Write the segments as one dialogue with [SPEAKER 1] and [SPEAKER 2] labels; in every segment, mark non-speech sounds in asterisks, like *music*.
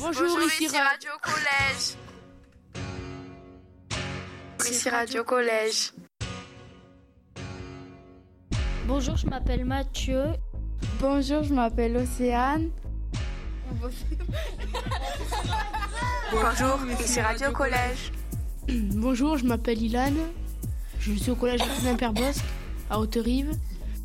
[SPEAKER 1] Bonjour, ici Radio.
[SPEAKER 2] Collège. Ici Radio Collège.
[SPEAKER 3] Bonjour, je m'appelle Mathieu.
[SPEAKER 4] Bonjour, je m'appelle Océane.
[SPEAKER 2] Bonjour, ici Radio Collège.
[SPEAKER 5] *clears throat* Bonjour, je m'appelle Ilan. Je suis au collège Martin Perbosque à Haute-Rive.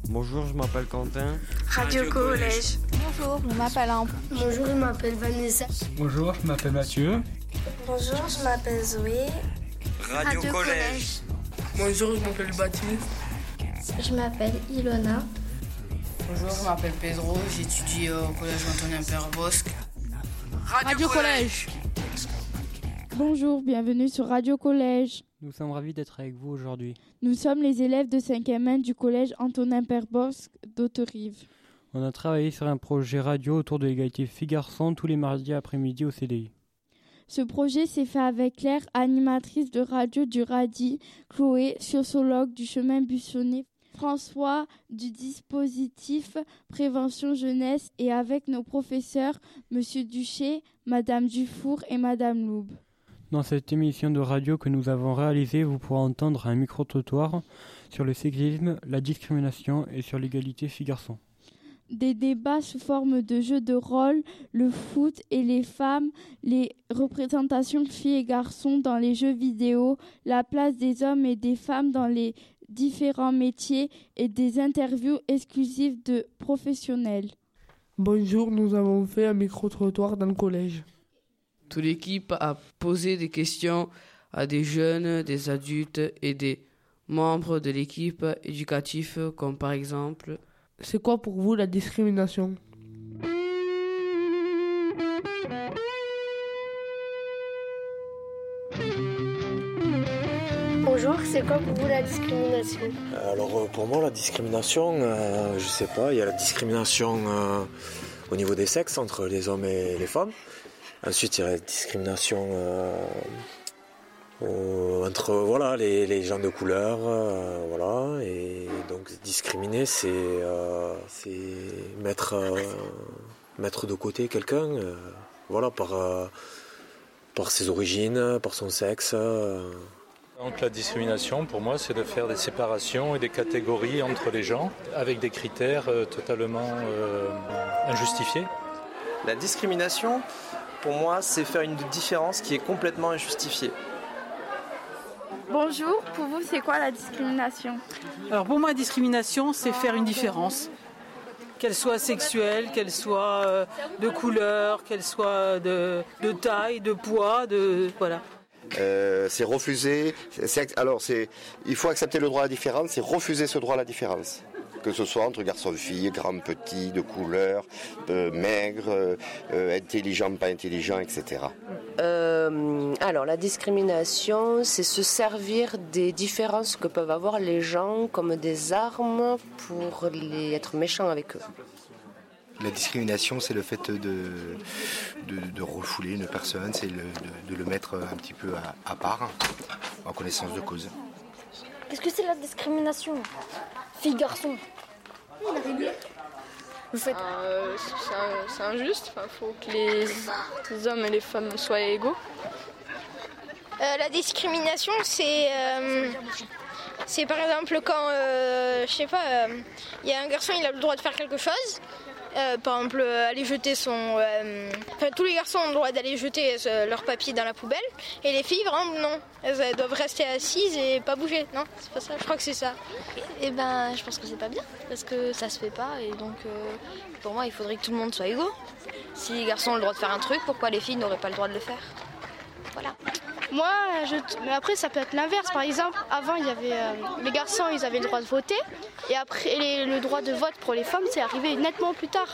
[SPEAKER 6] Bonjour, je m'appelle Quentin.
[SPEAKER 2] Radio Collège.
[SPEAKER 4] Bonjour, je m'appelle Ambre.
[SPEAKER 7] Bonjour, je m'appelle Vanessa.
[SPEAKER 8] Bonjour, je m'appelle Mathieu.
[SPEAKER 9] Bonjour, je m'appelle Zoé.
[SPEAKER 10] Radio, Collège.
[SPEAKER 11] Bonjour, je m'appelle Baptiste.
[SPEAKER 12] Je m'appelle Ilona.
[SPEAKER 13] Bonjour, je m'appelle Pedro, j'étudie au collège Antonin Perbosque.
[SPEAKER 1] Radio Collège.
[SPEAKER 4] Bonjour, bienvenue sur Radio Collège.
[SPEAKER 14] Nous sommes ravis d'être avec vous aujourd'hui.
[SPEAKER 4] Nous sommes les élèves de 5e 1 du collège Antonin Perbosque d'Hauterive.
[SPEAKER 14] On a travaillé sur un projet radio autour de l'égalité filles-garçons tous les mardis après-midi au CDI.
[SPEAKER 4] Ce projet s'est fait avec Claire, animatrice de radio du Radi, Chloé, sociologue du chemin buissonné, François du dispositif Prévention Jeunesse et avec nos professeurs Monsieur Duché, Madame Dufour et Madame Loube.
[SPEAKER 14] Dans cette émission de radio que nous avons réalisée, vous pourrez entendre un micro-trottoir sur le sexisme, la discrimination et sur l'égalité filles-garçons.
[SPEAKER 4] Des débats sous forme de jeux de rôle, le foot et les femmes, les représentations filles et garçons dans les jeux vidéo, la place des hommes et des femmes dans les différents métiers et des interviews exclusives de professionnels.
[SPEAKER 15] Bonjour, nous avons fait un micro-trottoir dans le collège.
[SPEAKER 16] Toute l'équipe a posé des questions à des jeunes, des adultes et des membres de l'équipe éducative, comme par exemple
[SPEAKER 15] C'est quoi pour vous la discrimination
[SPEAKER 12] Bonjour, c'est quoi pour vous la discrimination
[SPEAKER 17] Alors euh, pour moi la discrimination, euh, je sais pas, il y a la discrimination euh, au niveau des sexes entre les hommes et les femmes. Ensuite il y a la discrimination euh, entre voilà les, les, gens de couleur, euh, voilà et donc discriminer c'est euh, c'est mettre euh, mettre de côté quelqu'un, euh, voilà par euh, par ses origines, par son sexe. euh.
[SPEAKER 18] Donc la discrimination, pour moi, c'est de faire des séparations et des catégories entre les gens avec des critères euh, totalement euh, injustifiés.
[SPEAKER 19] La discrimination, pour moi, c'est faire une différence qui est complètement injustifiée.
[SPEAKER 4] Bonjour, pour vous, c'est quoi la discrimination
[SPEAKER 20] Alors pour moi, la discrimination, c'est faire une différence. Qu'elle soit sexuelle, qu'elle soit euh, de couleur, qu'elle soit de, de taille, de poids, de voilà.
[SPEAKER 1] Euh, c'est refuser. C'est, alors, c'est, il faut accepter le droit à la différence, c'est refuser ce droit à la différence. Que ce soit entre garçons filles, grands, petits, de couleur, euh, maigre, euh, intelligent, pas intelligent, etc.
[SPEAKER 8] Euh, alors, la discrimination, c'est se servir des différences que peuvent avoir les gens comme des armes pour les, être méchants avec eux.
[SPEAKER 12] La discrimination, c'est le fait de, de, de refouler une personne, c'est le, de, de, le mettre un petit peu à, à, part, en connaissance de cause.
[SPEAKER 6] Qu'est-ce que c'est la discrimination Fille-garçon
[SPEAKER 9] Vous faites... Euh, c'est, c'est injuste, il enfin, faut que les, les, hommes et les femmes soient égaux.
[SPEAKER 13] Euh, la discrimination, c'est... Euh... C'est par exemple quand, euh, je sais pas, il y a un garçon, il a le droit de faire quelque chose, euh, par exemple euh, aller jeter son euh, enfin, tous les garçons ont le droit d'aller jeter leur papier dans la poubelle et les filles vraiment non elles, elles, doivent rester assises et pas bouger non c'est pas ça je crois que c'est ça
[SPEAKER 7] et, et ben je pense que c'est pas bien parce que ça se fait pas et donc euh, pour moi il faudrait que tout le monde soit égaux si les garçons ont le droit de faire un truc pourquoi les filles n'auraient pas le droit de le faire voilà
[SPEAKER 10] moi, je... mais après, ça peut être l'inverse. Par exemple, avant, il y avait euh, les garçons, ils avaient le droit de voter, et après, les, le droit de vote pour les femmes, c'est arrivé nettement plus tard.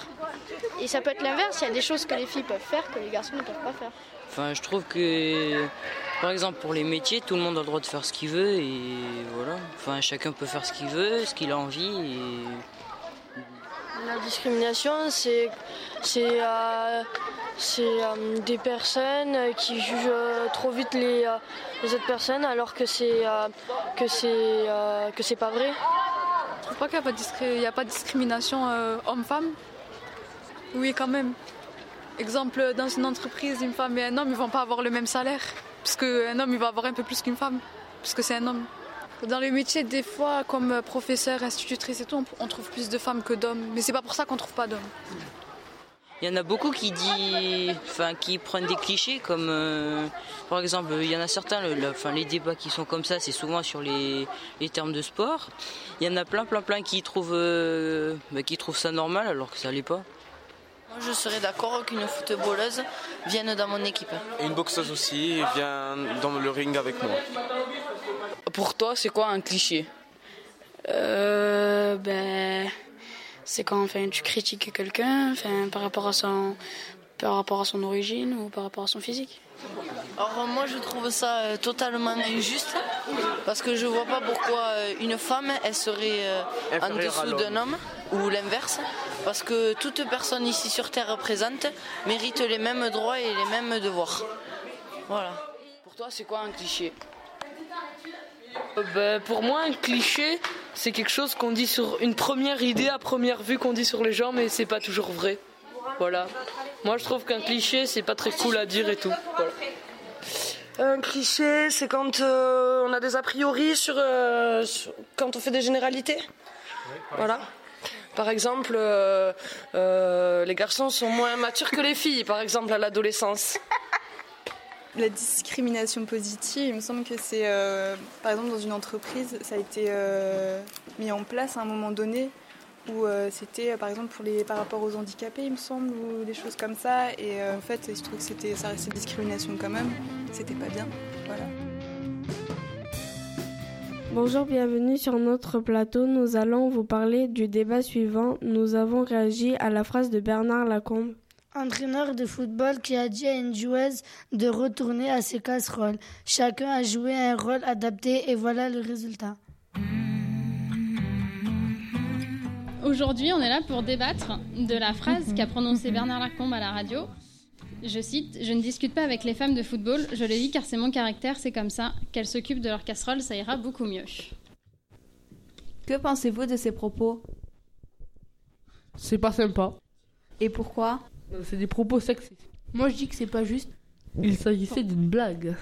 [SPEAKER 10] Et ça peut être l'inverse. Il y a des choses que les filles peuvent faire que les garçons ne peuvent pas faire.
[SPEAKER 4] Enfin, je trouve que, par exemple, pour les métiers, tout le monde a le droit de faire ce qu'il veut, et voilà. Enfin, chacun peut faire ce qu'il veut, ce qu'il a envie, et...
[SPEAKER 17] La discrimination, c'est, c'est, euh, c'est euh, des personnes qui jugent euh, trop vite les, les, autres personnes alors que c'est euh, que c'est euh, que c'est pas vrai.
[SPEAKER 11] Je trouve pas euh, qu'il n'y a, discri- a, pas de discrimination homme-femme. Oui, quand même.
[SPEAKER 21] Exemple, dans une entreprise, une femme et un homme, ils vont pas avoir le même salaire. Parce qu'un homme, il va avoir un peu plus qu'une femme. Parce que c'est un homme. Dans les métiers, des fois, comme professeur, institutrice et tout, on trouve plus de femmes que d'hommes. Mais c'est pas pour ça qu'on trouve pas d'hommes.
[SPEAKER 22] Il y en a beaucoup qui dit, enfin, qui prennent des clichés comme, euh, par exemple, il y en a certains, le- le- enfin, les débats qui sont comme ça, c'est souvent sur les, les termes de sport. Il y en a plein, plein, plein qui trouvent, euh, bah, qui trouvent ça normal alors que ça l'est pas.
[SPEAKER 4] Moi, je serais d'accord qu'une footballeuse vienne dans mon équipe.
[SPEAKER 17] Une boxeuse aussi vient dans le ring avec moi.
[SPEAKER 16] Pour toi, c'est quoi un cliché
[SPEAKER 23] Euh, ben, c'est quand enfin, tu critiques quelqu'un enfin, par, rapport à son, par rapport à son origine ou par rapport à son physique.
[SPEAKER 4] Alors moi je trouve ça euh, totalement injuste parce que je vois pas pourquoi euh, une femme elle serait euh, en
[SPEAKER 17] Inférieure à
[SPEAKER 4] dessous
[SPEAKER 17] l'homme.
[SPEAKER 4] d'un homme ou l'inverse parce que toute personne ici sur terre présente mérite les mêmes droits et les mêmes devoirs. Voilà.
[SPEAKER 16] Pour toi, c'est quoi un cliché
[SPEAKER 23] Euh, ben, pour moi, un cliché, c'est quelque chose qu'on dit sur une première idée à première vue qu'on dit sur les gens, mais c'est pas toujours vrai. Voilà. Moi, je trouve qu'un cliché, c'est pas très cool à dire et tout. Voilà.
[SPEAKER 8] Un cliché, c'est quand euh, on a des a priori sur, euh, sur- quand on fait des généralités. voilà. Par exemple, euh, euh, les garçons sont moins matures que les filles, par exemple, à l'adolescence.
[SPEAKER 24] La discrimination positive, il me semble que c'est, euh, par exemple, dans une entreprise, ça a été euh, mis en place à un moment donné où euh, c'était, euh, par exemple, pour les, par rapport aux handicapés, il me semble, ou des choses comme ça. Et euh, en fait, il se trouve que c'était, ça restait discrimination quand même. C'était pas bien. Voilà.
[SPEAKER 25] Bonjour, bienvenue sur notre plateau. Nous allons vous parler du débat suivant. Nous avons réagi à la phrase de Bernard Lacombe.
[SPEAKER 9] Entraîneur de football qui a dit à une joueuse de retourner à ses casseroles. Chacun a joué un rôle adapté et voilà le résultat.
[SPEAKER 26] Aujourd'hui, on est là pour débattre de la phrase qu'a prononcée Bernard Lacombe à la radio. Je cite Je ne discute pas avec les femmes de football, je les lis car c'est mon caractère, c'est comme ça. Qu'elles s'occupent de leur casserole, ça ira beaucoup mieux.
[SPEAKER 27] Que pensez-vous de ces propos
[SPEAKER 15] C'est pas sympa. Euh,
[SPEAKER 27] Et pourquoi
[SPEAKER 15] C'est des propos sexistes. Moi, je dis que c'est pas juste. Il s'agissait d'une blague.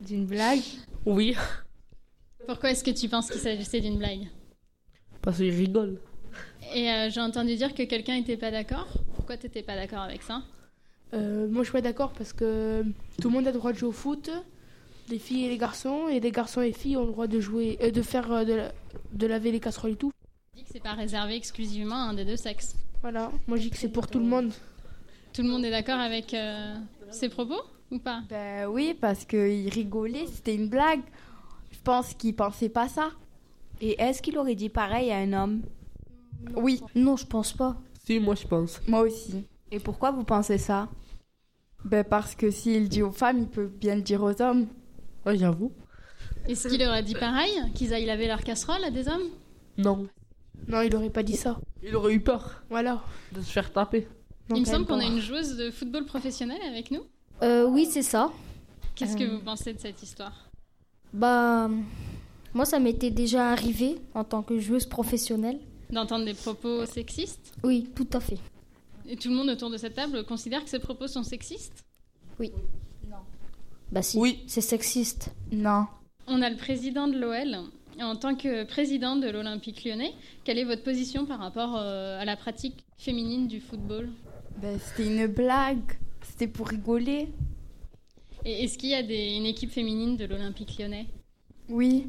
[SPEAKER 26] D'une blague
[SPEAKER 15] Oui.
[SPEAKER 26] Pourquoi est-ce que tu penses qu'il s'agissait d'une blague
[SPEAKER 15] Parce qu'il rigole.
[SPEAKER 26] Et euh, j'ai entendu dire que quelqu'un n'était pas d'accord. Pourquoi t'étais pas d'accord avec ça
[SPEAKER 28] Euh, moi, je suis pas d'accord parce que tout le monde a le droit de jouer au foot, les filles et les garçons, et les garçons et les filles ont le droit de jouer, euh, de faire, euh, de, la- de laver les casseroles et tout.
[SPEAKER 26] On dit que c'est pas réservé exclusivement à un des deux sexes.
[SPEAKER 28] Voilà, moi je dis que c'est pour tout le monde.
[SPEAKER 26] Tout le monde est d'accord avec euh, ces propos ou pas
[SPEAKER 29] Ben oui, parce qu'il rigolait, c'était une blague. Je pense qu'il pensait pas ça.
[SPEAKER 27] Et est-ce qu'il aurait dit pareil à un homme
[SPEAKER 29] Oui.
[SPEAKER 27] Non, je pense pas.
[SPEAKER 15] Si, moi, je pense.
[SPEAKER 29] Moi aussi.
[SPEAKER 27] Et pourquoi vous pensez ça
[SPEAKER 29] Ben parce que s'il dit aux femmes, il peut bien le dire aux hommes.
[SPEAKER 15] Ouais, j'avoue.
[SPEAKER 26] Est-ce qu'il aurait dit pareil Qu'ils aillent laver leur casserole à des hommes
[SPEAKER 15] Non.
[SPEAKER 28] Non, il aurait pas dit ça.
[SPEAKER 15] Il aurait eu peur.
[SPEAKER 28] Voilà.
[SPEAKER 15] De se faire taper.
[SPEAKER 26] Il me semble qu'on a une joueuse de football professionnelle avec nous.
[SPEAKER 7] Euh, oui, c'est ça.
[SPEAKER 26] Qu'est-ce que
[SPEAKER 7] Euh.
[SPEAKER 26] vous pensez de cette histoire
[SPEAKER 7] Bah, moi, ça m'était déjà arrivé en tant que joueuse professionnelle.
[SPEAKER 26] D'entendre des propos sexistes
[SPEAKER 7] Oui, tout à fait.
[SPEAKER 26] Et tout le monde autour de cette table considère que ces propos sont sexistes
[SPEAKER 7] Oui. Bah si, c'est sexiste. Non.
[SPEAKER 26] On a le président de l'OL. En tant que président de l'Olympique lyonnais, quelle est votre position par rapport euh, à la pratique féminine du football
[SPEAKER 29] Ben c'était une blague. C'était pour rigoler.
[SPEAKER 26] Et est-ce qu'il y a des- une équipe féminine de l'Olympique lyonnais
[SPEAKER 29] Oui.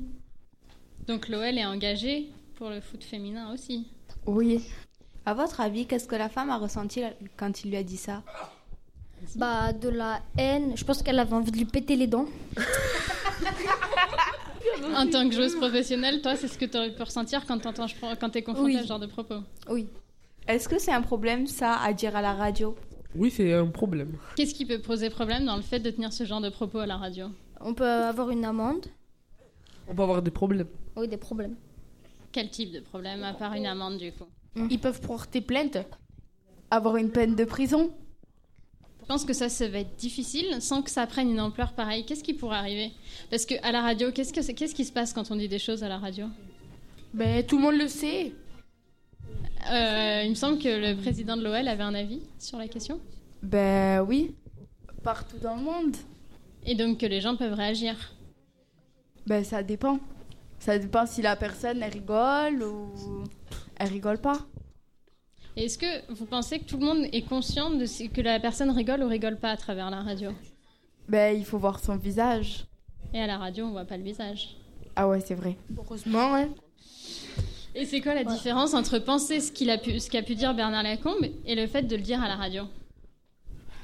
[SPEAKER 26] Donc l'OL est engagée pour le foot féminin aussi.
[SPEAKER 27] Oui. À votre avis, qu'est-ce que la femme a ressenti quand il lui a dit ça
[SPEAKER 7] Bah, de la haine. Je pense qu'elle avait envie de lui péter les dents.
[SPEAKER 26] En tant que joueuse professionnelle, toi, c'est ce que tu aurais pu ressentir quand tu es confrontée
[SPEAKER 27] Oui.
[SPEAKER 26] à ce genre de propos.
[SPEAKER 27] Oui. Est-ce que c'est un problème, ça, à dire à la radio
[SPEAKER 15] Oui, c'est un problème.
[SPEAKER 26] Qu'est-ce qui peut poser problème dans le fait de tenir ce genre de propos à la radio
[SPEAKER 7] On peut Euh, avoir une amende.
[SPEAKER 15] On peut avoir des problèmes.
[SPEAKER 7] Oui, des problèmes.
[SPEAKER 26] Quel type de problème, à part une amende du coup
[SPEAKER 28] Ils peuvent porter plainte.
[SPEAKER 29] Avoir une peine de prison.
[SPEAKER 26] Je pense que ça, ça va être difficile sans que ça prenne une ampleur pareille. Qu'est-ce qui pourrait arriver Parce que à la radio, qu'est-ce, que c'est- qu'est-ce qui se passe quand on dit des choses à la radio
[SPEAKER 28] Ben, tout le monde le sait.
[SPEAKER 26] Euh, Il me semble que le président de l'OL avait un avis sur la question.
[SPEAKER 4] Ben oui, partout dans le monde.
[SPEAKER 26] Et donc que les gens peuvent réagir
[SPEAKER 4] Ben ça dépend. Ça dépend si la personne elle rigole ou elle rigole pas.
[SPEAKER 26] Est-ce que vous pensez que tout le monde est conscient de ce que la personne rigole ou rigole pas à travers la radio
[SPEAKER 4] Ben il faut voir son visage.
[SPEAKER 26] Et à la radio, on voit pas le visage.
[SPEAKER 4] Ah ouais, c'est vrai.
[SPEAKER 15] Heureusement, ouais.
[SPEAKER 26] Et c'est quoi la différence entre penser ce qu'il a pu, ce qu'a pu dire Bernard Lacombe et le fait de le dire à la radio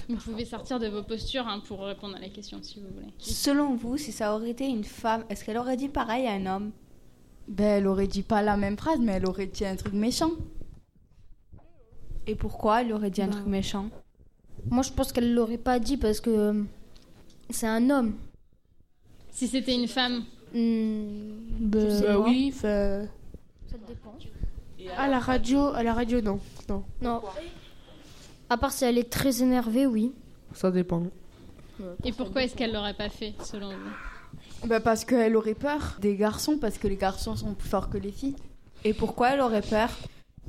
[SPEAKER 26] Vous pouvez sortir de vos postures hein, pour répondre à la question si vous voulez.
[SPEAKER 27] Selon vous, si ça aurait été une femme, est-ce qu'elle aurait dit pareil à un homme
[SPEAKER 4] Ben elle aurait dit pas la même phrase, mais elle aurait dit un truc méchant.
[SPEAKER 27] Et pourquoi elle aurait dit un truc méchant
[SPEAKER 16] Moi, je pense qu'elle l'aurait pas dit parce que euh, c'est un homme. Hmm,
[SPEAKER 26] Si c'était une femme
[SPEAKER 15] Ben
[SPEAKER 16] sais pas.
[SPEAKER 15] oui, enfin,
[SPEAKER 16] Ça dépend.
[SPEAKER 15] à la radio, à la radio non, non.
[SPEAKER 16] Non. À part si elle est très énervée, oui.
[SPEAKER 15] Ça dépend.
[SPEAKER 26] Et pourquoi est-ce qu'elle l'aurait pas fait selon vous
[SPEAKER 4] Ben parce qu'elle aurait peur des garçons, parce que les garçons sont plus forts que les filles.
[SPEAKER 27] Et pourquoi elle aurait peur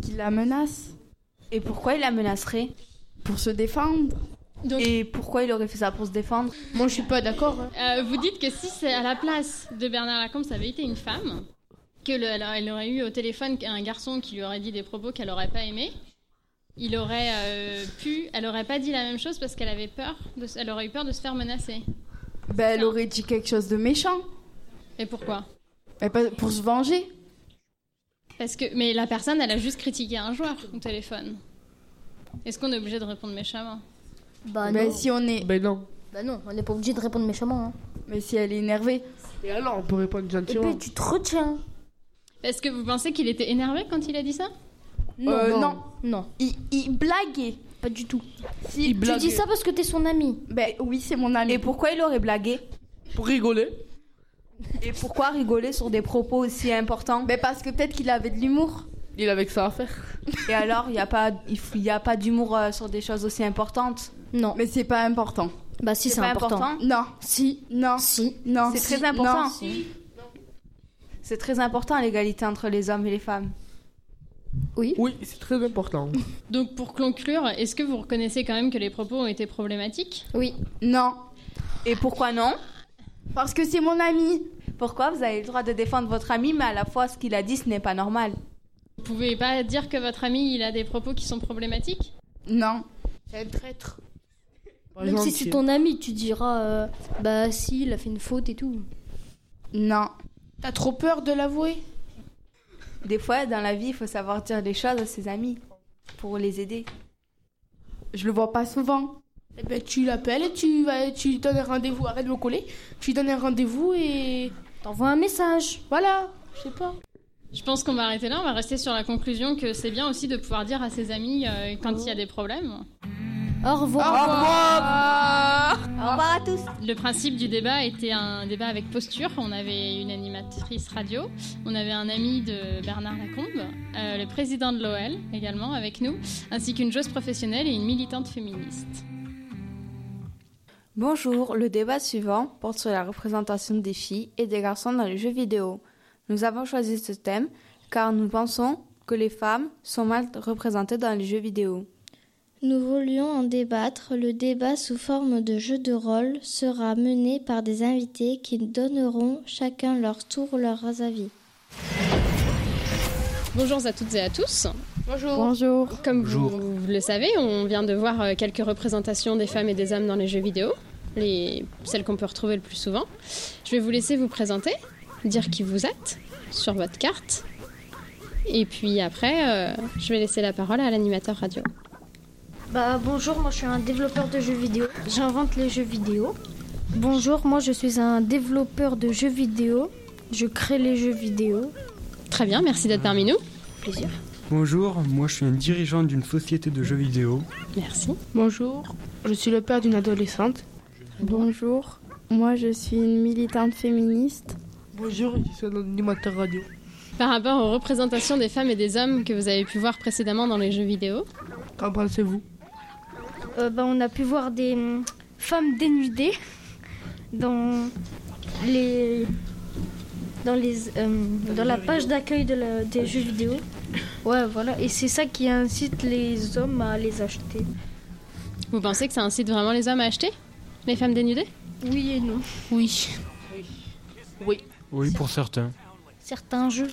[SPEAKER 4] Qu'ils la menacent.
[SPEAKER 27] Et pourquoi il la menacerait
[SPEAKER 4] Pour se défendre.
[SPEAKER 27] Et pourquoi il aurait fait ça pour se défendre
[SPEAKER 15] Moi, je suis pas d'accord.
[SPEAKER 4] hein.
[SPEAKER 26] Euh, vous dites que si c'est à la place de Bernard Lacombe, ça avait été une femme, que le- elle, elle aurait eu au téléphone un garçon qui lui aurait dit des propos qu'elle aurait pas aimé, il aurait euh, pu, elle aurait pas dit la même chose parce qu'elle avait peur, de, se- elle aurait eu peur de se faire menacer.
[SPEAKER 4] Ben elle aurait dit quelque chose de méchant.
[SPEAKER 26] Et pourquoi
[SPEAKER 4] Ben, pas- pour se venger.
[SPEAKER 26] Parce que, mais la personne, elle a juste critiqué un joueur au téléphone. Est-ce qu'on est obligé de répondre méchamment
[SPEAKER 16] Bah
[SPEAKER 4] mais
[SPEAKER 16] non.
[SPEAKER 4] si on est.
[SPEAKER 15] Ben non.
[SPEAKER 16] Bah non, on n'est pas obligé de répondre méchamment. hein.
[SPEAKER 4] Mais si elle est énervée. Euh,
[SPEAKER 15] Et alors, on peut répondre gentiment.
[SPEAKER 16] Et puis, ben, tu te retiens.
[SPEAKER 26] Est-ce que vous pensez qu'il était énervé quand il a dit ça
[SPEAKER 16] Non,
[SPEAKER 4] Euh,
[SPEAKER 16] non.
[SPEAKER 4] non.
[SPEAKER 16] non.
[SPEAKER 4] Il, il blaguait.
[SPEAKER 16] Pas du tout.
[SPEAKER 4] Si,
[SPEAKER 16] tu dis ça parce que t'es son ami.
[SPEAKER 4] Ben oui, c'est mon ami.
[SPEAKER 27] Et pourquoi il aurait blagué
[SPEAKER 15] Pour rigoler.
[SPEAKER 27] Et pourquoi rigoler sur des propos aussi importants
[SPEAKER 4] Ben parce que peut-être qu'il avait de l'humour.
[SPEAKER 15] Il avait que ça à faire.
[SPEAKER 27] Et alors, il n'y a pas, il f- il y a pas d'humour euh, sur des choses aussi importantes
[SPEAKER 4] Non. Mais c'est pas important.
[SPEAKER 16] Bah si,
[SPEAKER 27] C'est
[SPEAKER 16] c'est
[SPEAKER 27] pas
[SPEAKER 16] important.
[SPEAKER 27] important
[SPEAKER 4] Non.
[SPEAKER 16] Si.
[SPEAKER 4] Non.
[SPEAKER 16] Si.
[SPEAKER 4] Non.
[SPEAKER 27] C'est
[SPEAKER 4] Si.
[SPEAKER 27] très important.
[SPEAKER 4] Non.
[SPEAKER 27] C'est très important l'égalité entre les hommes et les femmes.
[SPEAKER 16] Oui.
[SPEAKER 15] Oui, c'est très important.
[SPEAKER 26] Donc pour conclure, est-ce que vous reconnaissez quand même que les propos ont été problématiques
[SPEAKER 16] Oui.
[SPEAKER 4] Non.
[SPEAKER 27] Et pourquoi non
[SPEAKER 4] Parce que c'est mon ami.
[SPEAKER 27] Pourquoi vous avez le droit de défendre votre ami, mais à la fois ce qu'il a dit, ce n'est pas normal
[SPEAKER 26] Vous pouvez pas dire que votre ami il a des propos qui sont problématiques
[SPEAKER 4] Non.
[SPEAKER 15] C'est un traître.
[SPEAKER 16] Même si c'est ton ami, tu diras euh, bah si, il a fait une faute et tout.
[SPEAKER 4] Non.
[SPEAKER 15] T'as trop peur de l'avouer
[SPEAKER 27] Des fois, dans la vie, il faut savoir dire les choses à ses amis pour les aider.
[SPEAKER 4] Je le vois pas souvent.
[SPEAKER 15] Eh ben, tu l'appelles et tu vas, tu lui donnes un rendez-vous. Arrête de me coller. Tu lui donnes un rendez-vous et
[SPEAKER 16] T'envoies un message.
[SPEAKER 15] voilà. Je sais pas.
[SPEAKER 26] Je pense qu'on va arrêter là, on va rester sur la conclusion que c'est bien aussi de pouvoir dire à ses amis euh, quand il y a des problèmes.
[SPEAKER 16] euh, Au revoir.
[SPEAKER 27] Au revoir à tous
[SPEAKER 26] Le principe du débat était un débat avec posture. On avait une animatrice radio, on avait un ami de Bernard Lacombe, euh, le président de l'OL également avec nous, ainsi qu'une joueuse professionnelle et une militante féministe.
[SPEAKER 27] Bonjour, le débat suivant porte sur la représentation des filles et des garçons dans les jeux vidéo. Nous avons choisi ce thème car nous pensons que les femmes sont mal représentées dans les jeux vidéo.
[SPEAKER 7] Nous voulions en débattre. Le débat sous forme de jeu de rôle sera mené par des invités qui donneront chacun leur tour leurs avis.
[SPEAKER 26] Bonjour à toutes et à tous.
[SPEAKER 15] Bonjour.
[SPEAKER 4] Bonjour.
[SPEAKER 26] Comme Vous, vous le savez, on vient de voir euh, quelques représentations des femmes et des hommes dans les jeux vidéo, les, celles qu'on peut retrouver le plus souvent. Je vais vous laisser vous présenter, dire qui vous êtes sur votre carte. Et puis après, euh, je vais laisser la parole à l'animateur radio.
[SPEAKER 7] Bah bonjour, moi je suis un développeur de jeux vidéo. J'invente les jeux vidéo. Bonjour, moi je suis un développeur de jeux vidéo. Je crée les jeux vidéo.
[SPEAKER 26] Très bien, merci d'être parmi nous.
[SPEAKER 7] Plaisir.
[SPEAKER 14] Bonjour, moi je suis un dirigeant d'une société de jeux vidéo.
[SPEAKER 26] Merci.
[SPEAKER 15] Bonjour. Je suis le père d'une adolescente.
[SPEAKER 4] Bonjour. Moi, je suis une militante féministe.
[SPEAKER 15] Bonjour, je suis un animateur radio.
[SPEAKER 26] Par rapport aux représentations des femmes et des hommes que vous avez pu voir précédemment dans les jeux vidéo,
[SPEAKER 15] Qu'en pensez-vous
[SPEAKER 7] Euh, bah, on a pu voir des hum, femmes dénudées dans les dans les hum, dans la page d'accueil de la- des jeux vidéo. Ouais, voilà. Et c'est ça qui incite les hommes à les acheter.
[SPEAKER 26] Vous pensez que ça incite vraiment les hommes à acheter Les femmes dénudées
[SPEAKER 7] Oui et non.
[SPEAKER 26] Oui. Oui.
[SPEAKER 14] Oui, pour certains.
[SPEAKER 7] Certains jeux.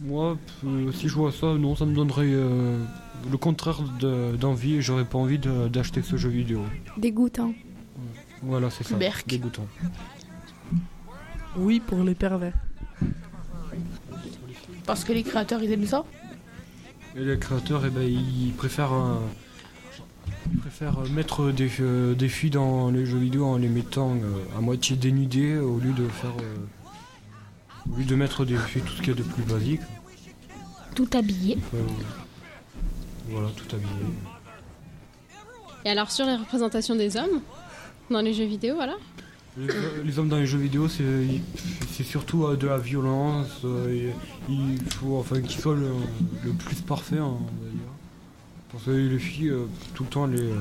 [SPEAKER 14] Moi, p- si je vois ça, non, ça me donnerait euh, le contraire de- d'envie et j'aurais pas envie de- d'acheter ce jeu vidéo.
[SPEAKER 30] Dégoûtant.
[SPEAKER 14] Voilà, c'est ça.
[SPEAKER 30] Berk.
[SPEAKER 14] Dégoûtant.
[SPEAKER 31] Oui, pour les pervers.
[SPEAKER 15] Parce que les créateurs, ils aiment ça.
[SPEAKER 14] Et les créateurs, eh ben, ils préfèrent, euh, ils préfèrent euh, mettre des, euh, des filles dans les jeux vidéo en les mettant euh, à moitié dénudées au lieu de faire, euh, au lieu de mettre des filles tout ce qu'il y a de plus basique.
[SPEAKER 7] Tout habillé.
[SPEAKER 14] Euh, voilà, tout habillé.
[SPEAKER 26] Et alors sur les représentations des hommes dans les jeux vidéo, voilà.
[SPEAKER 14] Les, les hommes dans les jeux vidéo, c'est c'est surtout euh, de la violence. euh, et il faut enfin qu'ils soient le, le plus parfait, hein, d'ailleurs. Parce que les filles, euh, tout le temps, les, euh,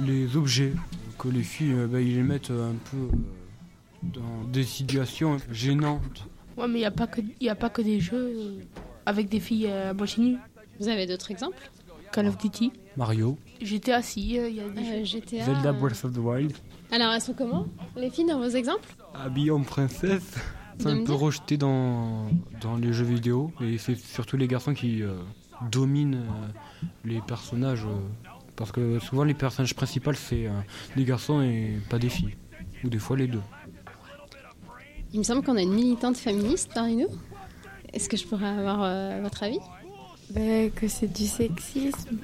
[SPEAKER 14] les objets que les filles, euh, bah, ils les mettent euh, un peu euh, dans des situations gênantes.
[SPEAKER 15] Ouais, mais il n'y a, pas que- y a pas que des jeux euh, avec des filles euh, à moitié nues.
[SPEAKER 26] Vous avez d'autres exemples
[SPEAKER 15] Call of Duty.
[SPEAKER 14] Mario,
[SPEAKER 15] J'étais assis, il y a des
[SPEAKER 26] Euh,
[SPEAKER 15] jeux.
[SPEAKER 26] GTA.
[SPEAKER 14] Zelda
[SPEAKER 26] euh,
[SPEAKER 14] Breath of the Wild,
[SPEAKER 26] Alors elles sont comment les filles dans vos exemples
[SPEAKER 14] habillée en princesse. C'est
[SPEAKER 26] De
[SPEAKER 14] un
[SPEAKER 26] me
[SPEAKER 14] peu
[SPEAKER 26] dire.
[SPEAKER 14] rejeté dans, dans les jeux vidéo. Et c'est surtout les garçons qui euh, dominent euh, les personnages. euh, parce que souvent, les personnages principaux, c'est euh, des garçons et pas des filles. Ou des fois, les deux.
[SPEAKER 26] Il me semble qu'on a une militante féministe parmi nous. Est-ce que je pourrais avoir euh, votre avis
[SPEAKER 30] Ben, que c'est du sexisme.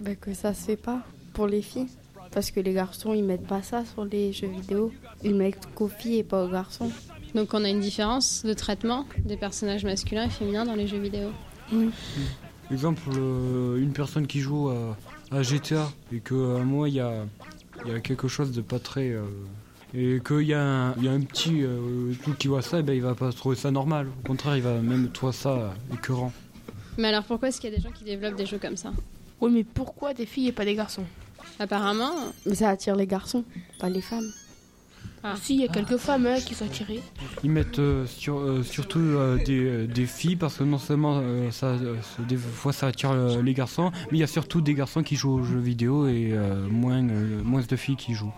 [SPEAKER 30] Ben, que ça se fait pas pour les filles. Parce que les garçons, ils mettent pas ça sur les jeux vidéo. Ils mettent qu'aux filles et pas aux garçons.
[SPEAKER 26] Donc on a une différence de traitement des personnages masculins et féminins dans les jeux vidéo.
[SPEAKER 14] Exemple, euh, une personne qui joue à, à GTA et que à moi, il y a, il y a quelque chose de pas très. euh, et qu'il y, a un- il y a un petit euh, truc qui voit ça, et ben, il va pas trouver ça normal. Au contraire, il va même trouver ça euh, écœurant.
[SPEAKER 26] Mais alors pourquoi est-ce qu'il y a des gens qui développent des jeux comme ça
[SPEAKER 15] Oui, mais pourquoi des filles et pas des garçons
[SPEAKER 26] Apparemment,
[SPEAKER 30] Mais ça attire les garçons, pas les femmes.
[SPEAKER 15] Si, il y a quelques femmes hein, qui sont tirées.
[SPEAKER 14] Ils mettent euh, sur- euh, surtout euh, des, euh, des filles parce que non seulement euh, ça, euh, des fois ça attire euh, les garçons, mais il y a surtout des garçons qui jouent aux jeux vidéo et euh, moins, euh, moins de filles qui jouent.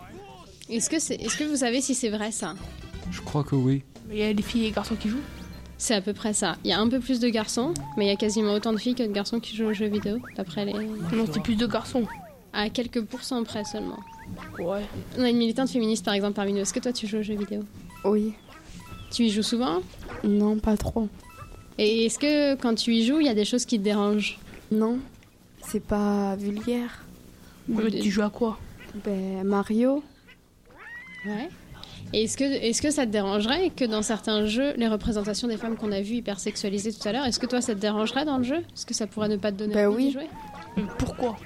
[SPEAKER 26] est-ce que, c'est, est-ce que vous savez si c'est vrai ça
[SPEAKER 14] Je crois que oui.
[SPEAKER 26] Il y a des filles et des garçons qui jouent C'est à peu près ça. Il y a un peu plus de garçons, mais il y a quasiment autant de filles que de garçons qui jouent aux jeux vidéo, d'après les...
[SPEAKER 15] Non, c'est plus de garçons.
[SPEAKER 26] À quelques pourcents près seulement.
[SPEAKER 15] Ouais.
[SPEAKER 26] On a une militante féministe par exemple parmi nous. Est-ce que toi tu joues aux jeux vidéo
[SPEAKER 30] Oui.
[SPEAKER 26] Tu y joues souvent
[SPEAKER 30] Non, pas trop.
[SPEAKER 26] Et est-ce que quand tu y joues, il y a des choses qui te dérangent
[SPEAKER 30] Non, c'est pas vulgaire.
[SPEAKER 26] Mais tu joues
[SPEAKER 30] à quoi Ben, Mario.
[SPEAKER 26] Ouais. Et est-ce que, est-ce que ça te dérangerait que dans certains jeux, les représentations des femmes qu'on a vues hypersexualisées tout à l'heure, est-ce que toi ça te dérangerait dans le jeu Est-ce que ça pourrait ne pas te donner
[SPEAKER 30] Bah
[SPEAKER 26] envie
[SPEAKER 30] oui.
[SPEAKER 26] d'y jouer Pourquoi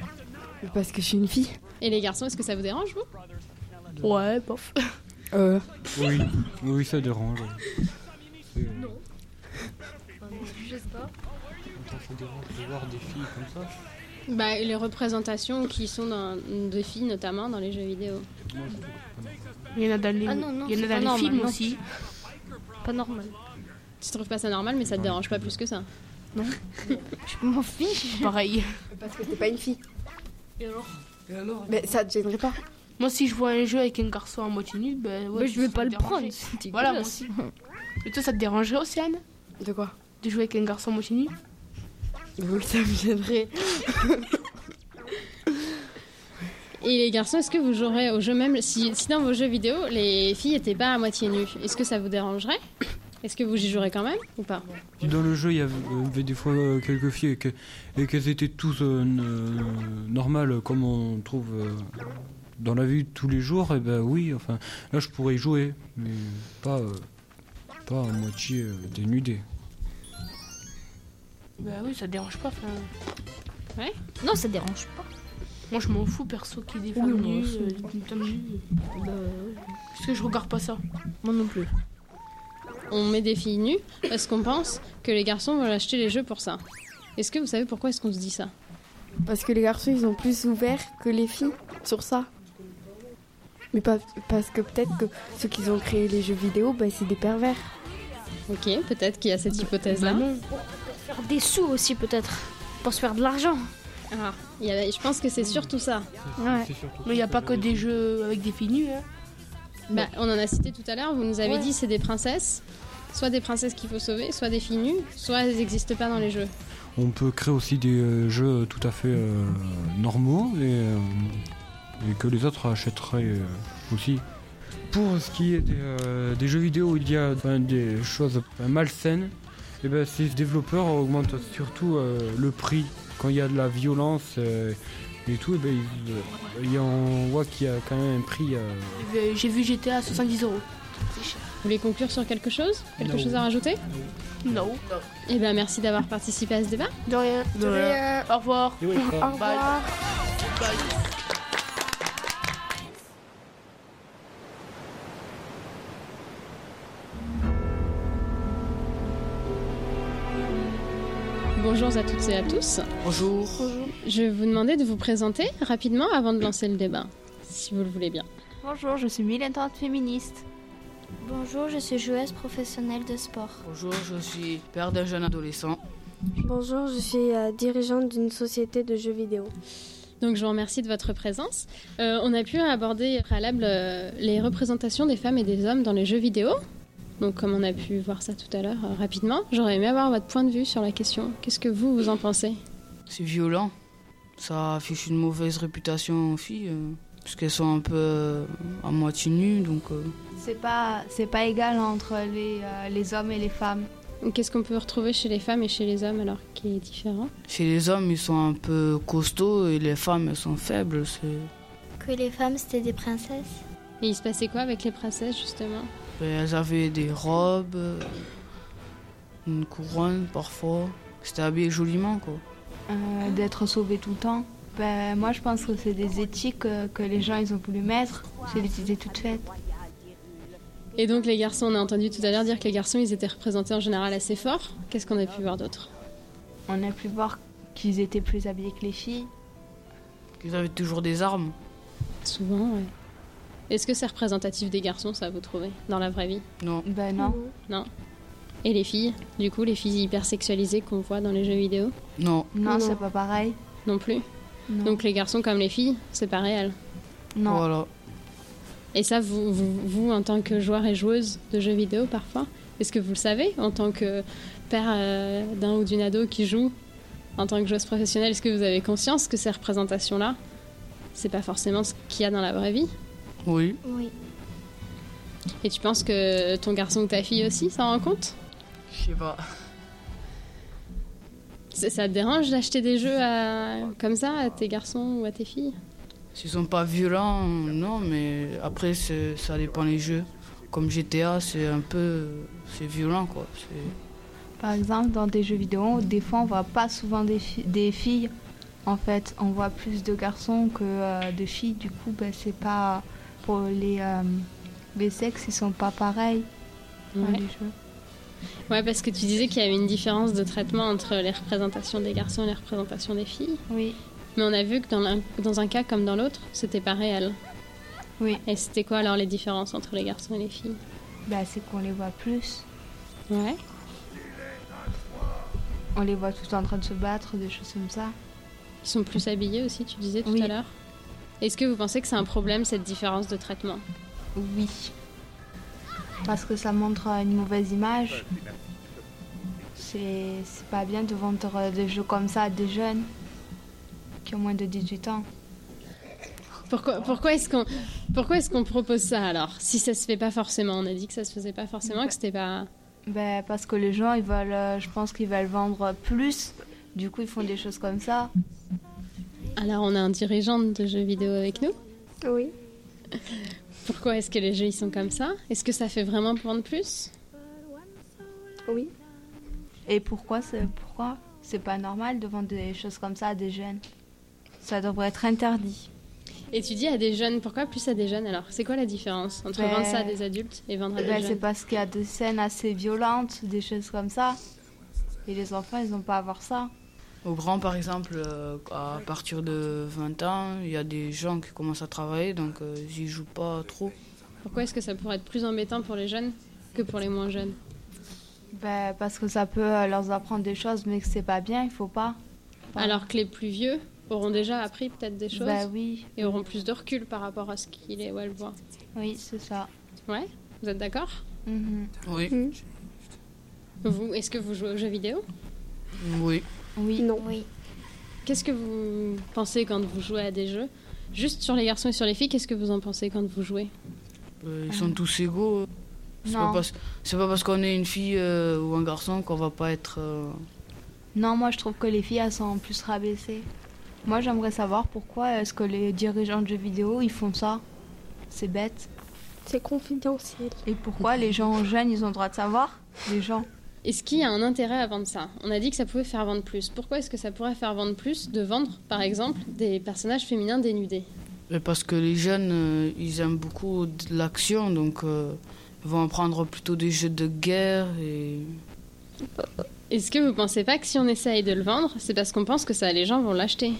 [SPEAKER 30] Parce que je suis une fille.
[SPEAKER 26] Et les garçons, est-ce que ça vous dérange vous
[SPEAKER 15] Ouais, bof.
[SPEAKER 30] Euh.
[SPEAKER 14] Oui, oui ça dérange.
[SPEAKER 7] Je sais pas.
[SPEAKER 14] ça dérange de voir des filles comme ça.
[SPEAKER 26] Bah, les représentations qui sont dans, de filles notamment dans les jeux vidéo.
[SPEAKER 15] Il y en a dans les,
[SPEAKER 7] Ah non, non,
[SPEAKER 15] il y en a
[SPEAKER 7] c'est pas
[SPEAKER 15] dans les
[SPEAKER 7] normal,
[SPEAKER 15] films
[SPEAKER 7] non.
[SPEAKER 15] aussi.
[SPEAKER 7] Pas normal.
[SPEAKER 26] Tu trouves pas ça normal, mais ça te dérange pas plus que ça *laughs*
[SPEAKER 7] Non. Je m'en fiche.
[SPEAKER 15] Pareil.
[SPEAKER 30] Parce que t'es pas une fille.
[SPEAKER 15] Et alors
[SPEAKER 30] Mais ça te gênerait pas
[SPEAKER 15] Moi, si je vois un jeu avec un garçon à moitié nu, ben ouais.
[SPEAKER 30] Ben, je vais pas le prendre,
[SPEAKER 15] c'est Voilà, moi aussi. Mais toi, ça te dérangerait, Océane
[SPEAKER 30] De quoi
[SPEAKER 15] De jouer avec un garçon à moitié nu
[SPEAKER 30] Oui, ça me gênerait.
[SPEAKER 26] Et les garçons, est-ce que vous jouerez au jeu même si, si dans vos jeux vidéo, les filles étaient pas à moitié nues, est-ce que ça vous dérangerait Est-ce que vous y jouerez quand même ou pas
[SPEAKER 14] Puis dans le jeu, il y avait il y avait des fois euh, quelques filles et que- et qu'elles étaient tous euh, n- euh, normales comme on trouve euh, dans la vie tous les jours. Et ben oui, enfin là je pourrais y jouer, mais pas euh, pas à moitié euh, dénudé.
[SPEAKER 15] Bah oui, ça te dérange pas. Enfin...
[SPEAKER 26] Ouais
[SPEAKER 15] Non, ça dérange pas. Moi, je m'en fous, perso, qui des femmes moi nues, aussi. euh, des femmes nues. Parce que je regarde pas ça.
[SPEAKER 26] Moi non plus. On met des filles nues parce qu'on pense que les garçons vont acheter les jeux pour ça. Est-ce que vous savez pourquoi est-ce qu'on se dit ça
[SPEAKER 30] Parce que les garçons, ils ont plus ouvert que les filles sur ça. Mais pas, parce que peut-être que ceux qui ont créé les jeux vidéo, bah, c'est des pervers.
[SPEAKER 26] Ok,
[SPEAKER 15] Ben
[SPEAKER 26] peut-être qu'il y a cette hypothèse-là.
[SPEAKER 7] Pour faire des sous aussi peut-être. Pour se faire de l'argent.
[SPEAKER 26] Ah, il y avait- je pense que c'est surtout ça.
[SPEAKER 15] Mais il n'y a pas que des jeux avec des filles nues. hein.
[SPEAKER 26] Bah, on en a cité tout à l'heure, vous nous avez
[SPEAKER 15] Ouais.
[SPEAKER 26] dit c'est des princesses. Soit des princesses qu'il faut sauver, soit des filles nues, soit elles n'existent pas dans les jeux.
[SPEAKER 14] On peut créer aussi des euh, jeux tout à fait euh, normaux et, euh, et que les autres achèteraient euh, aussi. Pour ce qui est des, euh, des jeux vidéo où il y a ben, des choses ben, malsaines, et ben, ces développeurs augmentent surtout euh, le prix. Quand il y a de la violence euh, et tout, et ben, ils, euh, il y a- on voit qu'il y a quand même un prix. euh,
[SPEAKER 15] Euh, J'ai vu GTA à 70 euros.
[SPEAKER 26] Vous voulez conclure sur quelque chose Quelque
[SPEAKER 14] Non.
[SPEAKER 26] chose à rajouter
[SPEAKER 15] Non.
[SPEAKER 26] Eh bien, merci d'avoir participé à ce débat.
[SPEAKER 15] De rien.
[SPEAKER 26] De rien.
[SPEAKER 15] Au revoir.
[SPEAKER 14] You're welcome. Au
[SPEAKER 15] Bye.
[SPEAKER 26] Bonjour à toutes et à tous.
[SPEAKER 16] Bonjour.
[SPEAKER 26] Je vais vous demander de vous présenter rapidement avant de lancer le débat, si vous le voulez bien.
[SPEAKER 27] Bonjour, je suis militante féministe.
[SPEAKER 4] Bonjour, je suis joueuse professionnelle de sport.
[SPEAKER 27] Bonjour, je suis père d'un jeune adolescent.
[SPEAKER 4] Bonjour, je suis euh, dirigeante d'une société de jeux vidéo.
[SPEAKER 26] Donc je vous remercie de votre présence. Euh, on a pu aborder au préalable euh, les représentations des femmes et des hommes dans les jeux vidéo. Donc comme on a pu voir ça tout à l'heure euh, rapidement, j'aurais aimé avoir votre point de vue sur la question. Qu'est-ce que vous, vous en pensez
[SPEAKER 16] C'est violent. Ça affiche une mauvaise réputation aux filles, euh, parce qu'elles sont un peu euh, à moitié nues, donc. euh,
[SPEAKER 27] C'est pas, c'est pas égal entre les, euh, les hommes et les femmes.
[SPEAKER 26] Qu'est-ce qu'on peut retrouver chez les femmes et chez les hommes alors qui est différent
[SPEAKER 16] Chez les hommes, ils sont un peu costauds et les femmes, elles sont faibles. c'est-
[SPEAKER 4] Que les femmes, c'était des princesses.
[SPEAKER 26] Et il se passait quoi avec les princesses justement
[SPEAKER 16] euh, Elles avaient des robes, euh, une couronne parfois. C'était habillé joliment, quoi.
[SPEAKER 27] Euh, d'être sauvées tout le temps. Ben, moi, je pense que c'est des éthiques euh, que les gens ils ont voulu mettre. C'est des idées toutes faites.
[SPEAKER 26] Et donc les garçons, on a entendu tout à l'heure dire que les garçons, ils étaient représentés en général assez forts. Qu'est-ce qu'on a pu voir d'autre
[SPEAKER 27] On a pu voir qu'ils étaient plus habillés que les filles.
[SPEAKER 16] Ils avaient toujours des armes.
[SPEAKER 26] Souvent, ouais. Est-ce que c'est représentatif des garçons, ça, vous trouvez, dans la vraie vie
[SPEAKER 16] Non.
[SPEAKER 27] Ben non.
[SPEAKER 26] Non. Et les filles Du coup, les filles hypersexualisées qu'on voit dans les jeux vidéo
[SPEAKER 16] Non.
[SPEAKER 27] Non, c'est pas pareil.
[SPEAKER 26] Non plus Donc les garçons comme les filles, c'est pas réel
[SPEAKER 27] Non.
[SPEAKER 16] Voilà.
[SPEAKER 26] Et ça, vous, vous, vous, en tant que joueur et joueuse de jeux vidéo, parfois, est-ce que vous le savez En tant que père euh, d'un ou d'une ado qui joue, en tant que joueuse professionnelle, est-ce que vous avez conscience que ces représentations-là, c'est pas forcément ce qu'il y a dans la vraie vie
[SPEAKER 16] Oui.
[SPEAKER 4] Oui.
[SPEAKER 26] Et tu penses que ton garçon ou ta fille aussi s'en rend compte
[SPEAKER 16] Je sais pas.
[SPEAKER 26] Ça, ça te dérange d'acheter des jeux à- comme ça à tes garçons ou à tes filles
[SPEAKER 16] S'ils sont pas violents, non, mais après, c'est- ça dépend des jeux. Comme GTA, c'est un peu. C'est violent, quoi. C'est-
[SPEAKER 27] Par exemple, dans des jeux vidéo, des fois, on voit pas souvent des, fi- des filles. En fait, on voit plus de garçons que euh, de filles. Du coup, ben, c'est pas pour les euh, les sexes, ils sont pas pareils dans
[SPEAKER 26] Ouais.
[SPEAKER 27] les jeux.
[SPEAKER 26] Ouais, parce que tu disais qu'il y avait une différence de traitement entre les représentations des garçons et les représentations des filles.
[SPEAKER 27] Oui.
[SPEAKER 26] Mais on a vu que dans, l'un- dans un cas comme dans l'autre, c'était pas réel.
[SPEAKER 27] Oui.
[SPEAKER 26] Et c'était quoi alors les différences entre les garçons et les filles
[SPEAKER 27] Ben, c'est qu'on les voit plus.
[SPEAKER 26] Ouais.
[SPEAKER 27] On les voit tout le temps en train de se battre, des choses comme ça.
[SPEAKER 26] Ils sont plus habillés aussi, tu disais tout à l'heure. Est-ce que vous pensez que c'est un problème cette différence de traitement
[SPEAKER 27] Oui. Parce que ça montre euh, une mauvaise image. C'est c'est pas bien de vendre euh, des jeux comme ça à des jeunes qui ont moins de 18 ans.
[SPEAKER 26] Pourquoi, pourquoi est-ce qu'on pourquoi est-ce qu'on propose ça alors Si ça se fait pas forcément, on a dit que ça se faisait pas forcément, que c'était pas.
[SPEAKER 27] Ben, parce que les gens, ils veulent, euh, je pense qu'ils veulent vendre plus. Du coup, ils font des choses comme ça.
[SPEAKER 26] Alors on a un dirigeant de jeux vidéo avec nous.
[SPEAKER 4] Oui.
[SPEAKER 26] Pourquoi est-ce que les jeux ils sont comme ça Est-ce que ça fait vraiment vendre plus
[SPEAKER 27] Oui. Et pourquoi c'est pourquoi c'est pas normal de vendre des choses comme ça à des jeunes Ça devrait être interdit.
[SPEAKER 26] Et tu dis à des jeunes, pourquoi plus à des jeunes alors C'est quoi la différence entre
[SPEAKER 27] Ben-
[SPEAKER 26] vendre ça à des adultes et vendre à des
[SPEAKER 27] Ben, c'est
[SPEAKER 11] jeunes.
[SPEAKER 27] parce qu'il y a des scènes assez violentes, des choses comme ça. Et les enfants, ils n'ont pas à voir ça.
[SPEAKER 16] Au grand, par exemple, euh, à partir de 20 ans, il y a des gens qui commencent à travailler, donc euh, ils y jouent pas trop.
[SPEAKER 26] Pourquoi est-ce que ça pourrait être plus embêtant pour les jeunes que pour les moins jeunes
[SPEAKER 27] Ben, parce que ça peut euh, leur apprendre des choses, mais que c'est pas bien, il faut pas.
[SPEAKER 26] Alors que les plus vieux, auront déjà appris peut-être des choses
[SPEAKER 27] Bah oui.
[SPEAKER 26] et auront plus de recul par rapport à ce qu'il est ou elle voit.
[SPEAKER 27] Oui, c'est ça. Mhm.
[SPEAKER 26] Ouais Vous êtes d'accord
[SPEAKER 16] Oui.
[SPEAKER 26] Hmm. Vous, est-ce que vous jouez aux jeux vidéo
[SPEAKER 16] Oui.
[SPEAKER 27] Oui.
[SPEAKER 26] Non. Oui. Qu'est-ce que vous pensez quand vous jouez à des jeux Juste sur les garçons et sur les filles, qu'est-ce que vous en pensez quand vous jouez
[SPEAKER 16] Euh, ils sont tous égaux. C'est
[SPEAKER 27] Non.
[SPEAKER 16] pas parce, c'est pas parce qu'on est une fille euh, ou un garçon qu'on va pas être. euh,
[SPEAKER 27] Non, moi je trouve que les filles elles sont en plus rabaissées. Moi j'aimerais savoir pourquoi est-ce que les dirigeants de jeux vidéo ils font ça C'est bête.
[SPEAKER 4] C'est confidentiel.
[SPEAKER 27] Et pourquoi les gens jeunes ils ont le droit de savoir Les gens.
[SPEAKER 26] Est-ce qu'il y a un intérêt à vendre ça On a dit que ça pouvait faire vendre plus. Pourquoi est-ce que ça pourrait faire vendre plus de vendre, par exemple, des personnages féminins dénudés
[SPEAKER 16] mais Parce que les jeunes, euh, ils aiment beaucoup de l'action, donc euh, ils vont prendre plutôt des jeux de guerre et.
[SPEAKER 26] Est-ce que vous pensez pas que si on essaye de le vendre, c'est parce qu'on pense que ça, les gens vont l'acheter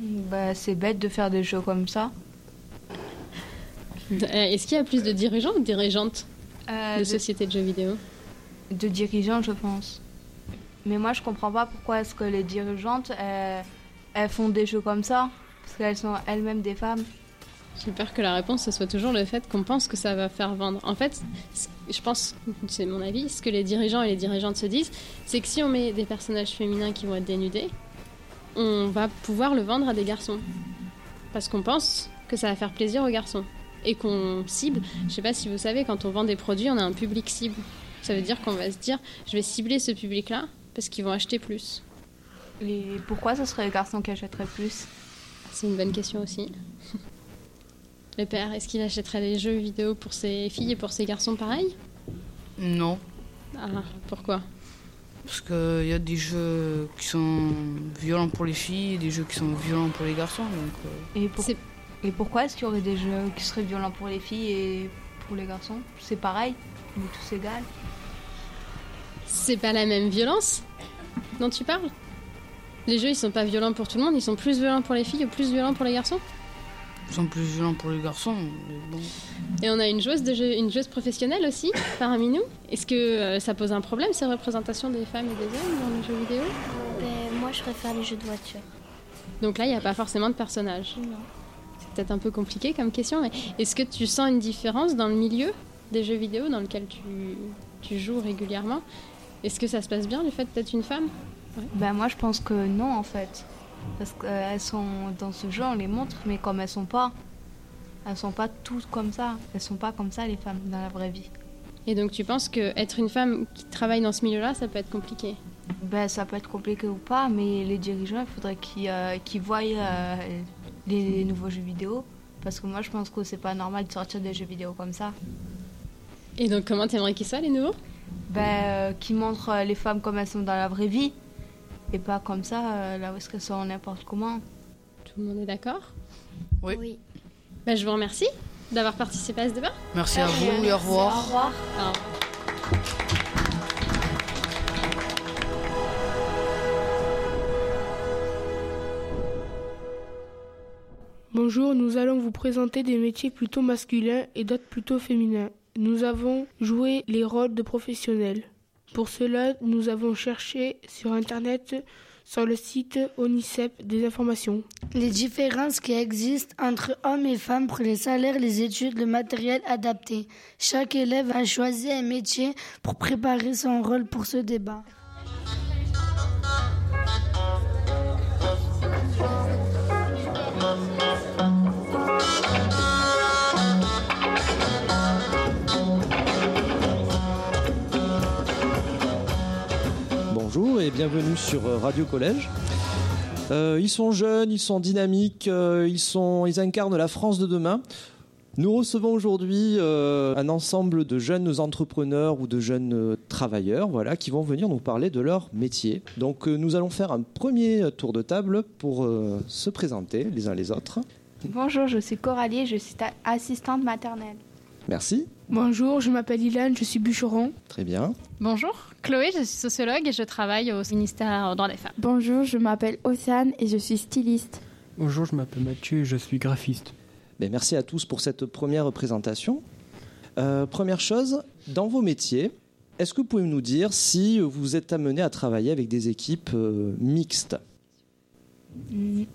[SPEAKER 27] Bah c'est bête de faire des jeux comme ça.
[SPEAKER 26] Euh, Est-ce qu'il y a plus de dirigeants ou de dirigeantes
[SPEAKER 27] Euh,
[SPEAKER 26] de
[SPEAKER 27] de-
[SPEAKER 26] sociétés de jeux vidéo
[SPEAKER 27] de dirigeants, je pense. Mais moi, je comprends pas pourquoi est-ce que les dirigeantes, euh, elles font des jeux comme ça, parce qu'elles sont elles-mêmes des femmes.
[SPEAKER 26] J'ai peur que la réponse ce soit toujours le fait qu'on pense que ça va faire vendre. En fait, ce- je pense, c'est mon avis, ce que les dirigeants et les dirigeantes se disent, c'est que si on met des personnages féminins qui vont être dénudés, on va pouvoir le vendre à des garçons. Parce qu'on pense que ça va faire plaisir aux garçons. Et qu'on cible, je sais pas si vous savez, quand on vend des produits, on a un public cible. Ça veut dire qu'on va se dire, je vais cibler ce public-là parce qu'ils vont acheter plus.
[SPEAKER 27] Et pourquoi ce serait les garçons qui achèteraient plus
[SPEAKER 26] C'est une bonne question aussi. Le père, est-ce qu'il achèterait les jeux vidéo pour ses filles et pour ses garçons pareil
[SPEAKER 16] Non,
[SPEAKER 26] Ah, pourquoi
[SPEAKER 16] parce qu'il y a des jeux qui sont violents pour les filles et des jeux qui sont violents pour les garçons, donc. euh,
[SPEAKER 27] et, pour- et pourquoi est-ce qu'il y aurait des jeux qui seraient violents pour les filles et pour les garçons C'est pareil, on est tous égales.
[SPEAKER 26] C'est pas la même violence dont tu parles Les jeux, ils sont pas violents pour tout le monde, ils sont plus violents pour les filles ou plus violents pour les garçons
[SPEAKER 16] ils sont plus violents pour les garçons, mais bon.
[SPEAKER 26] Et on a une joueuse, de jeu- une joueuse professionnelle aussi parmi nous. Est-ce que euh, ça pose un problème ces représentations des femmes et des hommes dans les jeux vidéo
[SPEAKER 32] Ben, moi, je préfère les jeux de voiture.
[SPEAKER 26] Donc là, il n'y a pas forcément de personnage. C'est peut-être un peu compliqué comme question, mais est-ce que tu sens une différence dans le milieu des jeux vidéo dans lequel tu, tu joues régulièrement Est-ce que ça se passe bien le fait d'être une femme
[SPEAKER 27] Ben moi, je pense que non, en fait. Parce qu'elles sont dans ce jeu, on les montre, mais comme elles sont pas, elles sont pas toutes comme ça. Elles sont pas comme ça, les femmes, dans la vraie vie.
[SPEAKER 26] Et donc tu penses que être une femme qui travaille dans ce milieu-là, ça peut être compliqué
[SPEAKER 27] Ben, ça peut être compliqué ou pas, mais les dirigeants, il faudrait qu'ils euh, qu'ils voient euh, les, les nouveaux jeux vidéo. Parce que moi, je pense que c'est pas normal de sortir des jeux vidéo comme ça.
[SPEAKER 26] Et donc comment t'aimerais qu'ils soient les nouveaux
[SPEAKER 27] Ben, euh, qu'ils montrent euh, les femmes comme elles sont dans la vraie vie. Et pas comme ça, euh, là où est-ce qu'elles sont n'importe comment.
[SPEAKER 26] Tout le monde est d'accord
[SPEAKER 16] Oui.
[SPEAKER 26] Bah, je vous remercie d'avoir participé à ce débat.
[SPEAKER 16] Merci à vous et au revoir.
[SPEAKER 26] Au revoir.
[SPEAKER 15] Bonjour, nous allons vous présenter des métiers plutôt masculins et d'autres plutôt féminins. Nous avons joué les rôles de professionnels. Pour cela, nous avons cherché sur Internet, sur le site ONICEP, des informations.
[SPEAKER 9] Les différences qui existent entre hommes et femmes pour les salaires, les études, le matériel adapté. Chaque élève a choisi un métier pour préparer son rôle pour ce débat.
[SPEAKER 18] Bonjour et bienvenue sur euh, Radio Collège. Euh, ils sont jeunes, ils sont dynamiques, euh, ils, sont, ils incarnent la France de demain. Nous recevons aujourd'hui euh, un ensemble de jeunes entrepreneurs ou de jeunes euh, travailleurs voilà, qui vont venir nous parler de leur métier. Donc euh, nous allons faire un premier euh, tour de table pour euh, se présenter les uns les autres.
[SPEAKER 33] Bonjour, je suis Coralie, et je suis ta- assistante maternelle.
[SPEAKER 18] Merci,
[SPEAKER 15] Bonjour, je m'appelle Ilan, je suis bûcheron.
[SPEAKER 18] très bien.
[SPEAKER 26] Bonjour, Chloé, je suis sociologue et je travaille au ministère des des femmes.
[SPEAKER 33] Bonjour, je m'appelle Océane et je suis styliste.
[SPEAKER 18] Bonjour, je m'appelle Mathieu et je suis graphiste. Ben, merci à tous pour cette première présentation. Euh, première chose, dans vos métiers, est-ce que vous pouvez nous dire si vous êtes amené à travailler avec des équipes euh, mixtes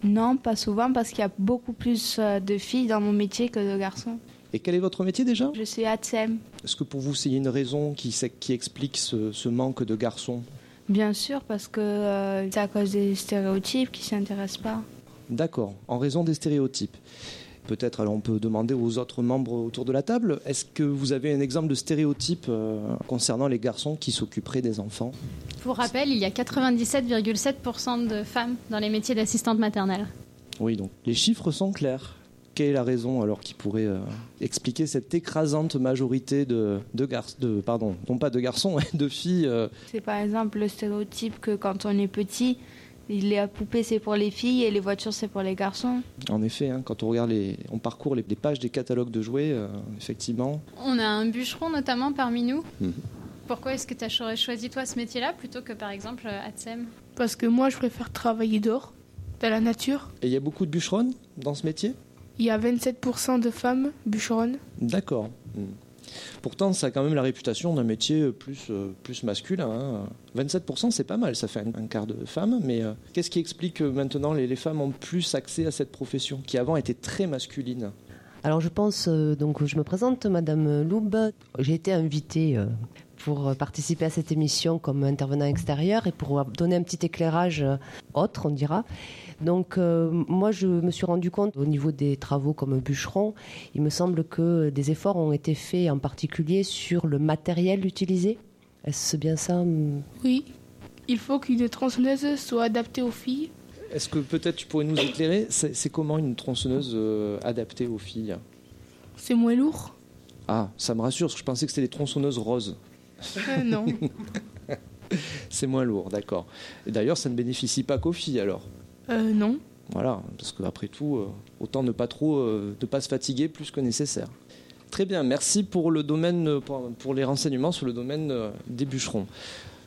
[SPEAKER 34] Non, pas souvent parce qu'il y a beaucoup plus euh, de filles dans mon métier que de garçons.
[SPEAKER 18] Et quel est votre métier déjà
[SPEAKER 34] Je suis ATSEM.
[SPEAKER 18] Est-ce que pour vous, c'est une raison qui, s'ex- qui explique ce, ce manque de garçons
[SPEAKER 34] Bien sûr, parce que euh, c'est à cause des stéréotypes qui s'intéressent pas.
[SPEAKER 18] D'accord, en raison des stéréotypes. Peut-être, alors on peut demander aux autres membres autour de la table, est-ce que vous avez un exemple de stéréotype euh, concernant les garçons qui s'occuperaient des enfants
[SPEAKER 26] Pour rappel, il y a 97,7% de femmes dans les métiers d'assistante maternelle.
[SPEAKER 18] Oui, donc les chiffres sont clairs. Quelle est la raison alors qui pourrait euh, expliquer cette écrasante majorité de, de garçons, de, pardon, non pas de garçons, *laughs* de filles euh,
[SPEAKER 34] C'est par exemple le stéréotype que quand on est petit, les poupées c'est pour les filles et les voitures c'est pour les garçons.
[SPEAKER 18] En effet, hein, quand on regarde les, on parcourt les, les pages des catalogues de jouets, euh, effectivement.
[SPEAKER 26] On a un bûcheron notamment parmi nous.
[SPEAKER 18] Mhm.
[SPEAKER 26] Pourquoi est-ce que tu as choisi toi ce métier-là plutôt que par exemple euh, Atsem
[SPEAKER 15] Parce que moi, je préfère travailler dehors, dans la nature.
[SPEAKER 18] Et il y a beaucoup de bûcherons dans ce métier
[SPEAKER 15] Il y a 27% de femmes bûcheronnes.
[SPEAKER 18] D'accord. Hmm. Pourtant, ça a quand même la réputation d'un métier plus, euh, plus masculin. hein. 27%, c'est pas mal, ça fait un, un quart de femmes. Mais euh, qu'est-ce qui explique que maintenant les, les femmes ont plus accès à cette profession qui avant était très masculine
[SPEAKER 8] Alors je pense, euh, donc je me présente, Madame Loub. J'ai été invitée euh, pour euh, participer à cette émission comme intervenant extérieur et pour euh, donner un petit éclairage euh, autre, on dira. Donc euh, moi, je me suis rendu compte au niveau des travaux comme bûcheron, il me semble que des efforts ont été faits en particulier sur le matériel utilisé. Est-ce bien ça hum
[SPEAKER 15] Oui, il faut qu'une tronçonneuse soit adaptée aux filles.
[SPEAKER 18] Est-ce que peut-être tu pourrais nous éclairer C'est c'est comment une tronçonneuse euh, adaptée aux filles
[SPEAKER 15] C'est moins lourd.
[SPEAKER 18] Ah, ça me rassure, parce que je pensais que c'était des tronçonneuses roses.
[SPEAKER 15] Euh, non.
[SPEAKER 18] C'est moins lourd, d'accord. Et d'ailleurs, ça ne bénéficie pas qu'aux filles alors.
[SPEAKER 15] Euh, non.
[SPEAKER 18] Voilà, parce qu'après tout, euh, autant ne pas trop, euh, ne pas se fatiguer plus que nécessaire. Très bien, merci pour le domaine, euh, pour, pour les renseignements sur le domaine euh, des bûcherons.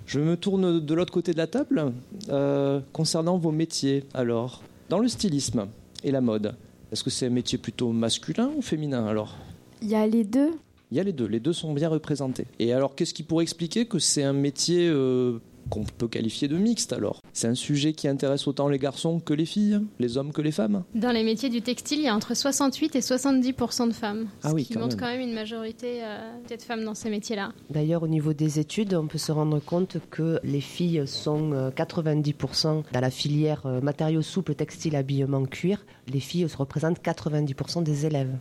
[SPEAKER 18] Je me tourne de l'autre côté de la table euh, concernant vos métiers. Alors, dans le stylisme et la mode, est-ce que c'est un métier plutôt masculin ou féminin alors
[SPEAKER 34] Il y a les deux.
[SPEAKER 18] il y a les deux, les deux sont bien représentés. Et alors, qu'est-ce qui pourrait expliquer que c'est un métier euh, qu'on peut qualifier de mixte alors C'est un sujet qui intéresse autant les garçons que les filles, les hommes que les femmes
[SPEAKER 26] Dans les métiers du textile, il y a entre 68 et 70% de femmes.
[SPEAKER 18] Ah
[SPEAKER 26] ce
[SPEAKER 18] oui,
[SPEAKER 26] qui
[SPEAKER 18] quand
[SPEAKER 26] montre
[SPEAKER 18] même.
[SPEAKER 26] quand même une majorité euh, de femmes dans ces métiers-là.
[SPEAKER 8] D'ailleurs, au niveau des études, on peut se rendre compte que les filles sont euh, 90% dans la filière euh, matériaux souples, textiles, habillement, cuir. Les filles se représentent 90% des élèves.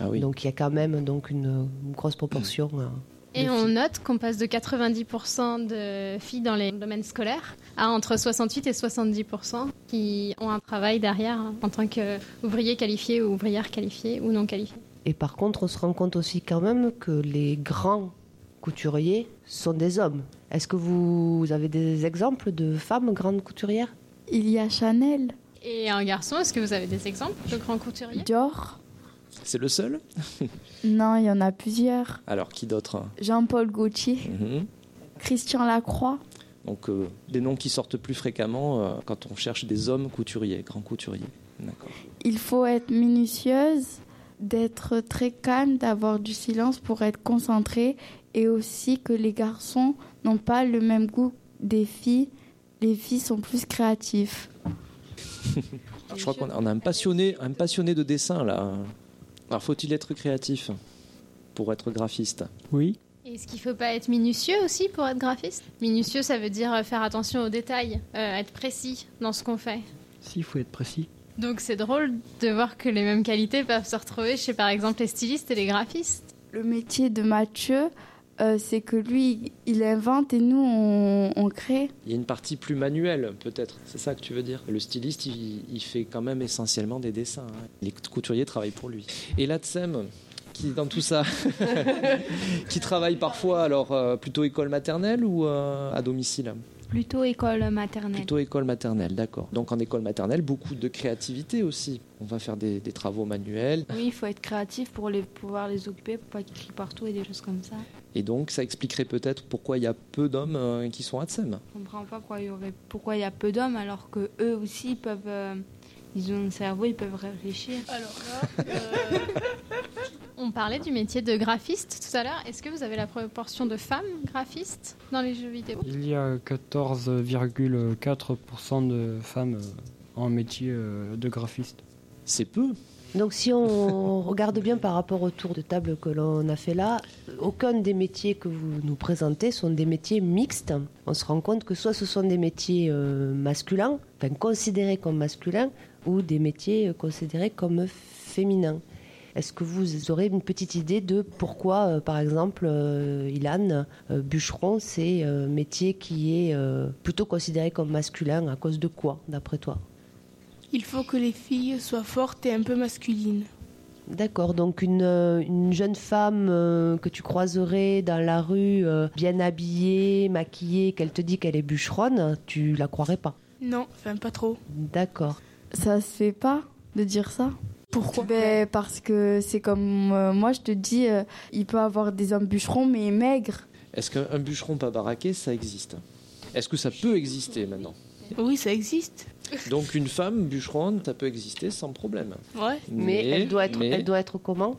[SPEAKER 8] Donc il y a quand même donc une, euh, une grosse proportion. euh.
[SPEAKER 26] Et on note qu'on passe de 90% de filles dans les domaines scolaires à entre 68 et 70% qui ont un travail derrière hein, en tant qu'ouvriers qualifiés ou ouvrières qualifiées ou non qualifiées.
[SPEAKER 8] Et par contre, on se rend compte aussi quand même que les grands couturiers sont des hommes. Est-ce que vous avez des exemples de femmes grandes couturières
[SPEAKER 34] Il y a Chanel,
[SPEAKER 26] Et un garçon, est-ce que vous avez des exemples de grands couturiers
[SPEAKER 34] Dior.
[SPEAKER 18] C'est le seul
[SPEAKER 34] Non, il y en a plusieurs.
[SPEAKER 18] Alors, qui d'autre hein
[SPEAKER 34] Jean-Paul Gaultier,
[SPEAKER 18] Mhm.
[SPEAKER 34] Christian Lacroix.
[SPEAKER 18] Donc, euh, des noms qui sortent plus fréquemment euh, quand on cherche des hommes couturiers, grands couturiers. D'accord.
[SPEAKER 34] Il faut être minutieuse, d'être très calme, d'avoir du silence pour être concentré et aussi que les garçons n'ont pas le même goût des filles. Les filles sont plus créatives.
[SPEAKER 18] Je crois qu'on on a un passionné, un passionné de dessin là. Alors, faut-il être créatif pour être graphiste
[SPEAKER 35] Oui.
[SPEAKER 26] Et Est-ce qu'il ne faut pas être minutieux aussi pour être graphiste Minutieux, ça veut dire euh, faire attention aux détails, euh, être précis dans ce qu'on fait.
[SPEAKER 35] Si, il faut être précis.
[SPEAKER 26] Donc c'est drôle de voir que les mêmes qualités peuvent se retrouver chez par exemple les stylistes et les graphistes.
[SPEAKER 34] Le métier de Mathieu, euh, c'est que lui, il invente et nous, on, on crée.
[SPEAKER 18] Il y a une partie plus manuelle, peut-être. C'est ça que tu veux dire Le styliste, il, il fait quand même essentiellement des dessins. hein. Les couturiers travaillent pour lui. Et l'ATSEM, qui est dans tout ça, *laughs* qui travaille parfois, alors euh, plutôt école maternelle ou euh, à domicile
[SPEAKER 34] Plutôt école maternelle.
[SPEAKER 18] Plutôt école maternelle, d'accord. Donc en école maternelle, beaucoup de créativité aussi. On va faire des, des travaux manuels.
[SPEAKER 34] Oui, il faut être créatif pour les, pouvoir les occuper, pour pas qu'ils crient partout et des choses comme ça.
[SPEAKER 18] Et donc ça expliquerait peut-être pourquoi il y a peu d'hommes euh, qui sont ATSEM.
[SPEAKER 34] Je comprends pas pourquoi il y, aurait, pourquoi il y a peu d'hommes alors que eux aussi peuvent. euh, ils ont un cerveau, ils peuvent réfléchir. Alors
[SPEAKER 26] On parlait du métier de graphiste tout à l'heure. Est-ce que vous avez la proportion de femmes graphistes dans les jeux vidéo
[SPEAKER 35] Il y a 14,4% de femmes euh, en métier euh, de graphiste.
[SPEAKER 18] C'est peu.
[SPEAKER 8] Donc si on *laughs* regarde bien par rapport au tour de table que l'on a fait là, aucun des métiers que vous nous présentez sont des métiers mixtes. On se rend compte que soit ce sont des métiers euh, masculins, enfin considérés comme masculins, ou des métiers euh, considérés comme féminins. Est-ce que vous aurez une petite idée de pourquoi, euh, par exemple, euh, Ilan, euh, bûcheron, c'est un métier qui est euh, plutôt considéré comme masculin À cause de quoi, d'après toi
[SPEAKER 15] Il faut que les filles soient fortes et un peu masculines.
[SPEAKER 8] D'accord, donc une, euh, une jeune femme euh, que tu croiserais dans la rue, euh, bien habillée, maquillée, qu'elle te dit qu'elle est bûcheronne, tu la croirais pas
[SPEAKER 15] Non, enfin pas trop.
[SPEAKER 8] D'accord.
[SPEAKER 34] Ça se fait pas de dire ça.
[SPEAKER 15] Pourquoi
[SPEAKER 34] ben, Parce que c'est comme euh, moi, je te dis, euh, il peut avoir des hommes bûcherons, mais maigres.
[SPEAKER 18] Est-ce qu'un un bûcheron pas baraqué, ça existe Est-ce que ça peut exister maintenant
[SPEAKER 15] Oui, ça existe.
[SPEAKER 18] Donc une femme bûcheronne, ça peut exister sans problème.
[SPEAKER 15] Ouais.
[SPEAKER 8] Mais, elle doit être, elle doit être comment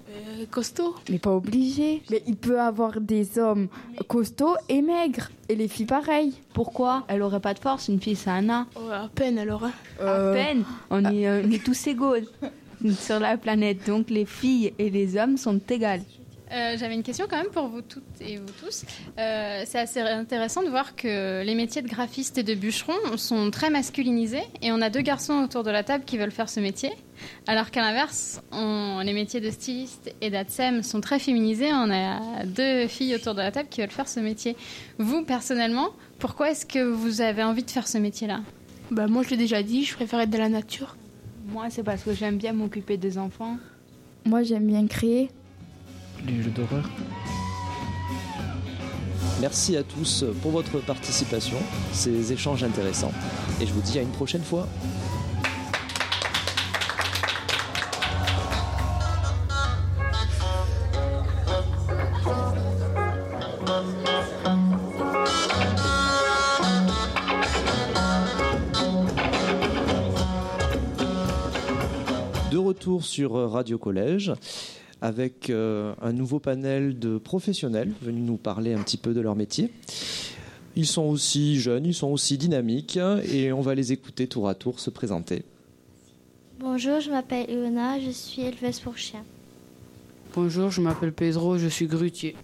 [SPEAKER 15] costaud.
[SPEAKER 34] Mais pas obligé. Mais il peut avoir des hommes costauds et maigres. Et les filles, pareil.
[SPEAKER 1] Pourquoi Elle aurait pas de force, une fille, c'est un nain.
[SPEAKER 15] Ouais, à peine alors. hein.
[SPEAKER 1] À peine, on est, euh, on est
[SPEAKER 34] *laughs*
[SPEAKER 1] tous égaux sur la planète. Donc les filles et les hommes sont égales.
[SPEAKER 26] Euh, J'avais une question quand même pour vous toutes et vous tous. Euh, c'est assez intéressant de voir que les métiers de graphiste et de bûcheron sont très masculinisés et on a deux garçons autour de la table qui veulent faire ce métier, alors qu'à l'inverse, on- les métiers de styliste et d'ATSEM sont très féminisés. On a deux filles autour de la table qui veulent faire ce métier. Vous, personnellement, pourquoi est-ce que vous avez envie de faire ce métier-là
[SPEAKER 15] Bah moi je l'ai déjà dit, je préfère être dans la nature.
[SPEAKER 1] Moi, c'est parce que j'aime bien m'occuper des enfants.
[SPEAKER 34] Moi, j'aime bien créer.
[SPEAKER 35] Les jeux d'horreur.
[SPEAKER 18] Merci à tous pour votre participation, ces échanges intéressants. Et je vous dis à une prochaine fois. De retour sur Radio Collège avec euh, un nouveau panel de professionnels venus nous parler un petit peu de leur métier. Ils sont aussi jeunes, ils sont aussi dynamiques et on va les écouter tour à tour se présenter.
[SPEAKER 10] Bonjour, je m'appelle Léona, je suis éleveuse pour chiens.
[SPEAKER 16] Bonjour, je m'appelle Pedro, je suis grutier.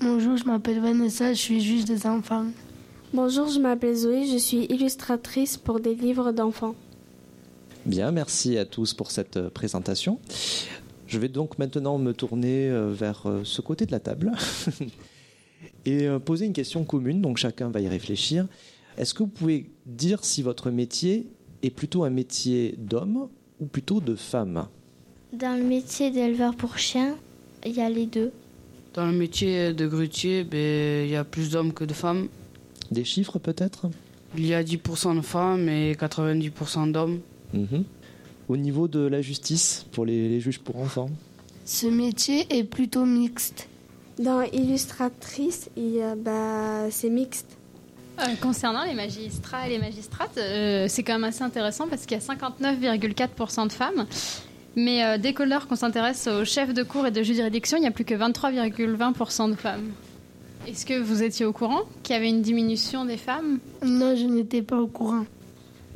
[SPEAKER 10] Bonjour, je m'appelle Vanessa, je suis juge des enfants.
[SPEAKER 4] Bonjour, je m'appelle Zoé, je suis illustratrice pour des livres d'enfants.
[SPEAKER 18] Bien, merci à tous pour cette euh, présentation. Je vais donc maintenant me tourner euh, vers euh, ce côté de la table *laughs* et euh, poser une question commune, donc chacun va y réfléchir. Est-ce que vous pouvez dire si votre métier est plutôt un métier d'homme ou plutôt de femme
[SPEAKER 10] Dans le métier d'éleveur pour chiens, il y a les deux.
[SPEAKER 16] Dans le métier de grutier, ben, il y a plus d'hommes que de femmes.
[SPEAKER 18] Des chiffres peut-être
[SPEAKER 16] Il y a 10% de femmes et 90% d'hommes.
[SPEAKER 18] Mhm. Au niveau de la justice pour les, les juges pour enfants
[SPEAKER 10] Ce métier est plutôt mixte.
[SPEAKER 4] Dans illustratrice, il y a, bah, c'est mixte.
[SPEAKER 26] Euh, concernant les magistrats et les magistrates, euh, c'est quand même assez intéressant parce qu'il y a 59,4% de femmes. Mais euh, dès que l'heure qu'on s'intéresse aux chefs de cour et de juridiction, il n'y a plus que 23,20% de femmes. Est-ce que vous étiez au courant qu'il y avait une diminution des femmes
[SPEAKER 10] Non, je n'étais pas au courant.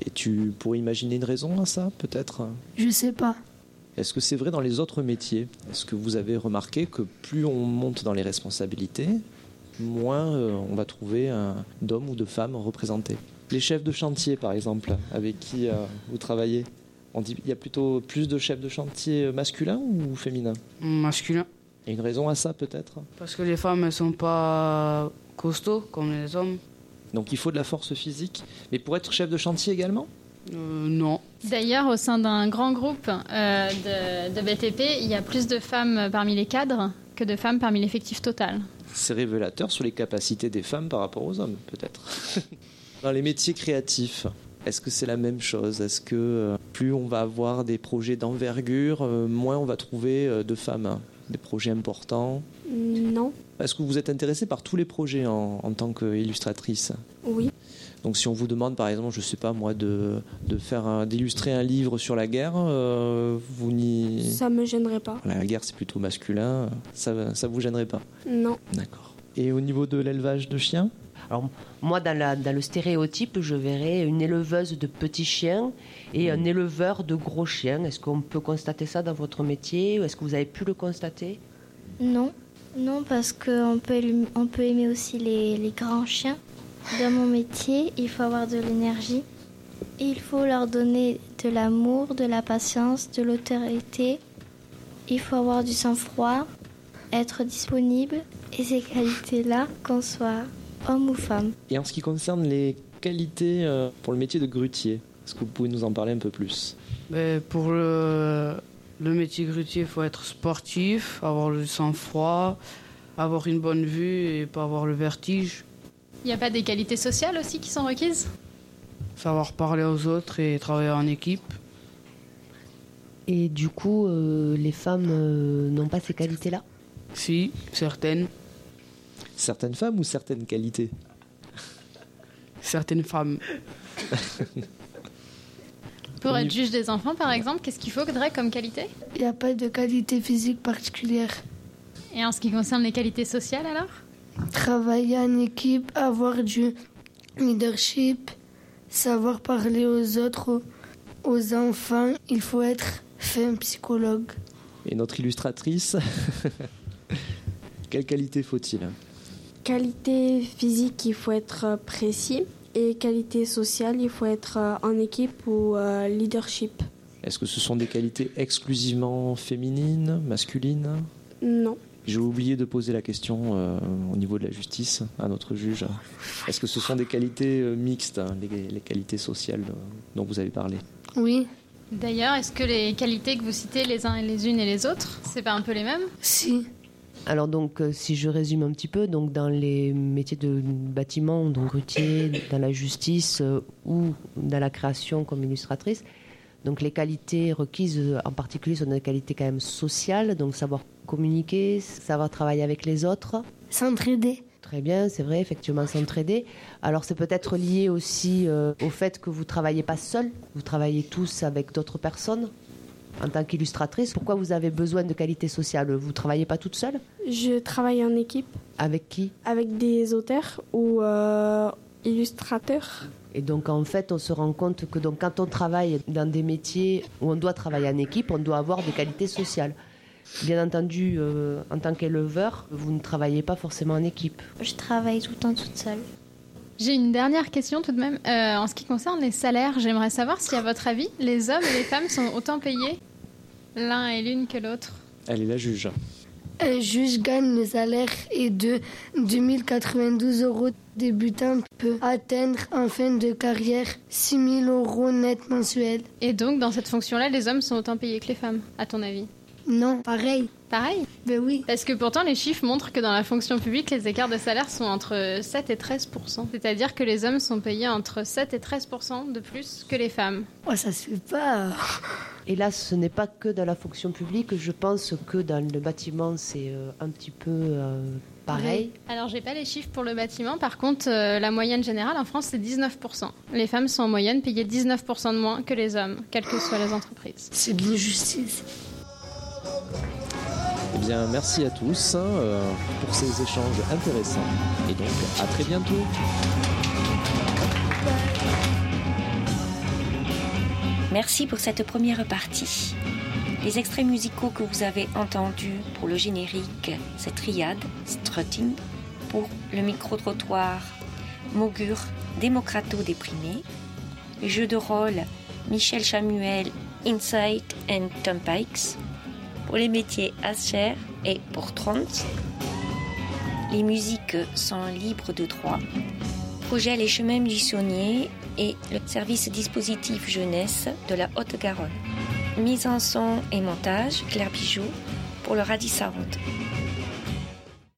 [SPEAKER 18] Et tu pourrais imaginer une raison à ça peut-être
[SPEAKER 10] Je sais pas.
[SPEAKER 18] Est-ce que c'est vrai dans les autres métiers Est-ce que vous avez remarqué que plus on monte dans les responsabilités, moins euh, on va trouver un- d'hommes ou de femmes représentés Les chefs de chantier, par exemple, avec qui euh, vous travaillez, on dit il y a plutôt plus de chefs de chantier masculins ou féminins
[SPEAKER 16] Masculins.
[SPEAKER 18] Il y a une raison à ça peut-être
[SPEAKER 16] Parce que les femmes, elles sont pas costauds comme les hommes.
[SPEAKER 18] Donc il faut de la force physique, mais pour être chef de chantier également
[SPEAKER 16] Euh, Non.
[SPEAKER 26] D'ailleurs, au sein d'un grand groupe euh, de, de BTP, il y a plus de femmes parmi les cadres que de femmes parmi l'effectif total.
[SPEAKER 18] C'est révélateur sur les capacités des femmes par rapport aux hommes, peut-être. *laughs* Dans les métiers créatifs, est-ce que c'est la même chose Est-ce que euh, plus on va avoir des projets d'envergure, euh, moins on va trouver euh, de femmes hein, Des projets importants
[SPEAKER 4] Non,
[SPEAKER 18] Est-ce que vous êtes intéressé par tous les projets en, en tant qu'illustratrice
[SPEAKER 4] oui,
[SPEAKER 18] donc si on vous demande par exemple, je sais pas moi, de, de faire un- d'illustrer un livre sur la guerre, euh, vous n'y...
[SPEAKER 4] ça me gênerait pas.
[SPEAKER 18] La guerre c'est plutôt masculin, ça, ça vous gênerait pas
[SPEAKER 4] Non,
[SPEAKER 18] D'accord. Et au niveau de l'élevage de chiens
[SPEAKER 8] Alors, moi, dans, la- dans le stéréotype, je verrais une éleveuse de petits chiens et un éleveur de gros chiens. Est-ce qu'on peut constater ça dans votre métier ou Est-ce que vous avez pu le constater
[SPEAKER 10] Non, non parce qu'on peut, élu- on peut aimer aussi les, les grands chiens. Dans mon métier, il faut avoir de l'énergie. Et Il faut leur donner de l'amour, de la patience, de l'autorité. Il faut avoir du sang-froid, être disponible et ces qualités-là, qu'on soit homme ou femme.
[SPEAKER 18] Et en ce qui concerne les qualités euh, pour le métier de grutier, est-ce que vous pouvez nous en parler un peu plus
[SPEAKER 16] Mais pour le, le métier grutier, il faut être sportif, avoir le sang-froid, avoir une bonne vue et pas avoir le vertige.
[SPEAKER 26] Il n'y a pas des qualités sociales aussi qui sont requises
[SPEAKER 16] Savoir parler aux autres et travailler en équipe.
[SPEAKER 8] Et du coup, euh, les femmes euh, n'ont pas ces qualités-là
[SPEAKER 16] Si, certaines.
[SPEAKER 18] Certaines femmes ou certaines qualités
[SPEAKER 16] Certaines femmes.
[SPEAKER 26] Pour être juge des enfants, par exemple, qu'est-ce qu'il faudrait comme qualité
[SPEAKER 9] Il n'y a pas de qualité physique particulière.
[SPEAKER 26] Et en ce qui concerne les qualités sociales, alors
[SPEAKER 9] Travailler en équipe, avoir du leadership, savoir parler aux autres, aux, aux enfants, il faut être fait un psychologue.
[SPEAKER 18] Et notre illustratrice, *laughs* quelle qualité faut-il
[SPEAKER 4] Qualité physique, il faut être précis. Et qualité sociale, il faut être euh, en équipe ou euh, leadership.
[SPEAKER 18] Est-ce que ce sont des qualités exclusivement féminines, masculines
[SPEAKER 4] Non.
[SPEAKER 18] J'ai oublié de poser la question euh, au niveau de la justice à notre juge. Est-ce que ce sont des qualités euh, mixtes, hein, les, les qualités sociales euh, dont vous avez parlé
[SPEAKER 9] Oui.
[SPEAKER 26] D'ailleurs, est-ce que les qualités que vous citez les uns et les unes et les autres, c'est pas un peu les mêmes
[SPEAKER 9] Si.
[SPEAKER 8] Alors donc, euh, si je résume un petit peu, donc dans les métiers de bâtiment, donc routier, dans la justice euh, ou dans la création comme illustratrice, donc les qualités requises euh, en particulier sont des qualités quand même sociales, donc savoir communiquer, savoir travailler avec les autres.
[SPEAKER 9] S'entraider.
[SPEAKER 8] Très bien, c'est vrai, effectivement, s'entraider. Alors c'est peut-être lié aussi euh, au fait que vous travaillez pas seul, vous travaillez tous avec d'autres personnes. En tant qu'illustratrice, pourquoi vous avez besoin de qualités sociales Vous travaillez pas toute seule
[SPEAKER 4] Je travaille en équipe
[SPEAKER 8] avec qui
[SPEAKER 4] avec des auteurs ou euh, illustrateurs.
[SPEAKER 8] Et donc en fait, on se rend compte que donc, quand on travaille dans des métiers où on doit travailler en équipe, on doit avoir des qualités sociales. Bien entendu, euh, en tant qu'éleveur, vous ne travaillez pas forcément en équipe.
[SPEAKER 10] Je travaille tout le temps toute seule.
[SPEAKER 26] J'ai une dernière question tout de même. Euh, en ce qui concerne les salaires, j'aimerais savoir si, à votre avis, les hommes et les femmes sont autant payés l'un et l'une que l'autre.
[SPEAKER 18] Elle est la juge.
[SPEAKER 9] Un juge gagne le salaire est de 2092 euros débutant peut atteindre en fin de carrière 6000 euros net mensuel.
[SPEAKER 26] Et donc, dans cette fonction-là, les hommes sont autant payés que les femmes, à ton avis
[SPEAKER 9] Non, pareil.
[SPEAKER 26] Pareil
[SPEAKER 9] Ben oui.
[SPEAKER 26] Parce que pourtant, les chiffres montrent que dans la fonction publique, les écarts de salaire sont entre 7 et 13 C'est-à-dire que les hommes sont payés entre 7 et 13 de plus que les femmes.
[SPEAKER 9] Oh, ça se fait pas.
[SPEAKER 8] Et là, ce n'est pas que dans la fonction publique. Je pense que dans le bâtiment, c'est euh, un petit peu euh, pareil.
[SPEAKER 26] Alors, j'ai pas les chiffres pour le bâtiment. Par contre, euh, la moyenne générale en France, c'est 19%. Les femmes sont en moyenne payées 19% de moins que les hommes, quelles que soient les entreprises.
[SPEAKER 9] C'est de l'injustice.
[SPEAKER 18] Eh bien, merci à tous hein, euh, pour ces échanges intéressants. Et donc, à très bientôt.
[SPEAKER 36] Merci pour cette première partie. Les extraits musicaux que vous avez entendus pour le générique, c'est Triade, Strutting, pour le micro-trottoir, Mogure, Démocrato déprimé, Jeu de rôle, Michel Chamuel, Insight and Tom Pikes, pour les métiers Asher et pour Trance. Les musiques sont libres de droit. Projet Les Chemins Buissonniers et le service dispositif jeunesse de la Haute-Garonne. Mise en son et montage, Claire Bijou pour le Radis Sound.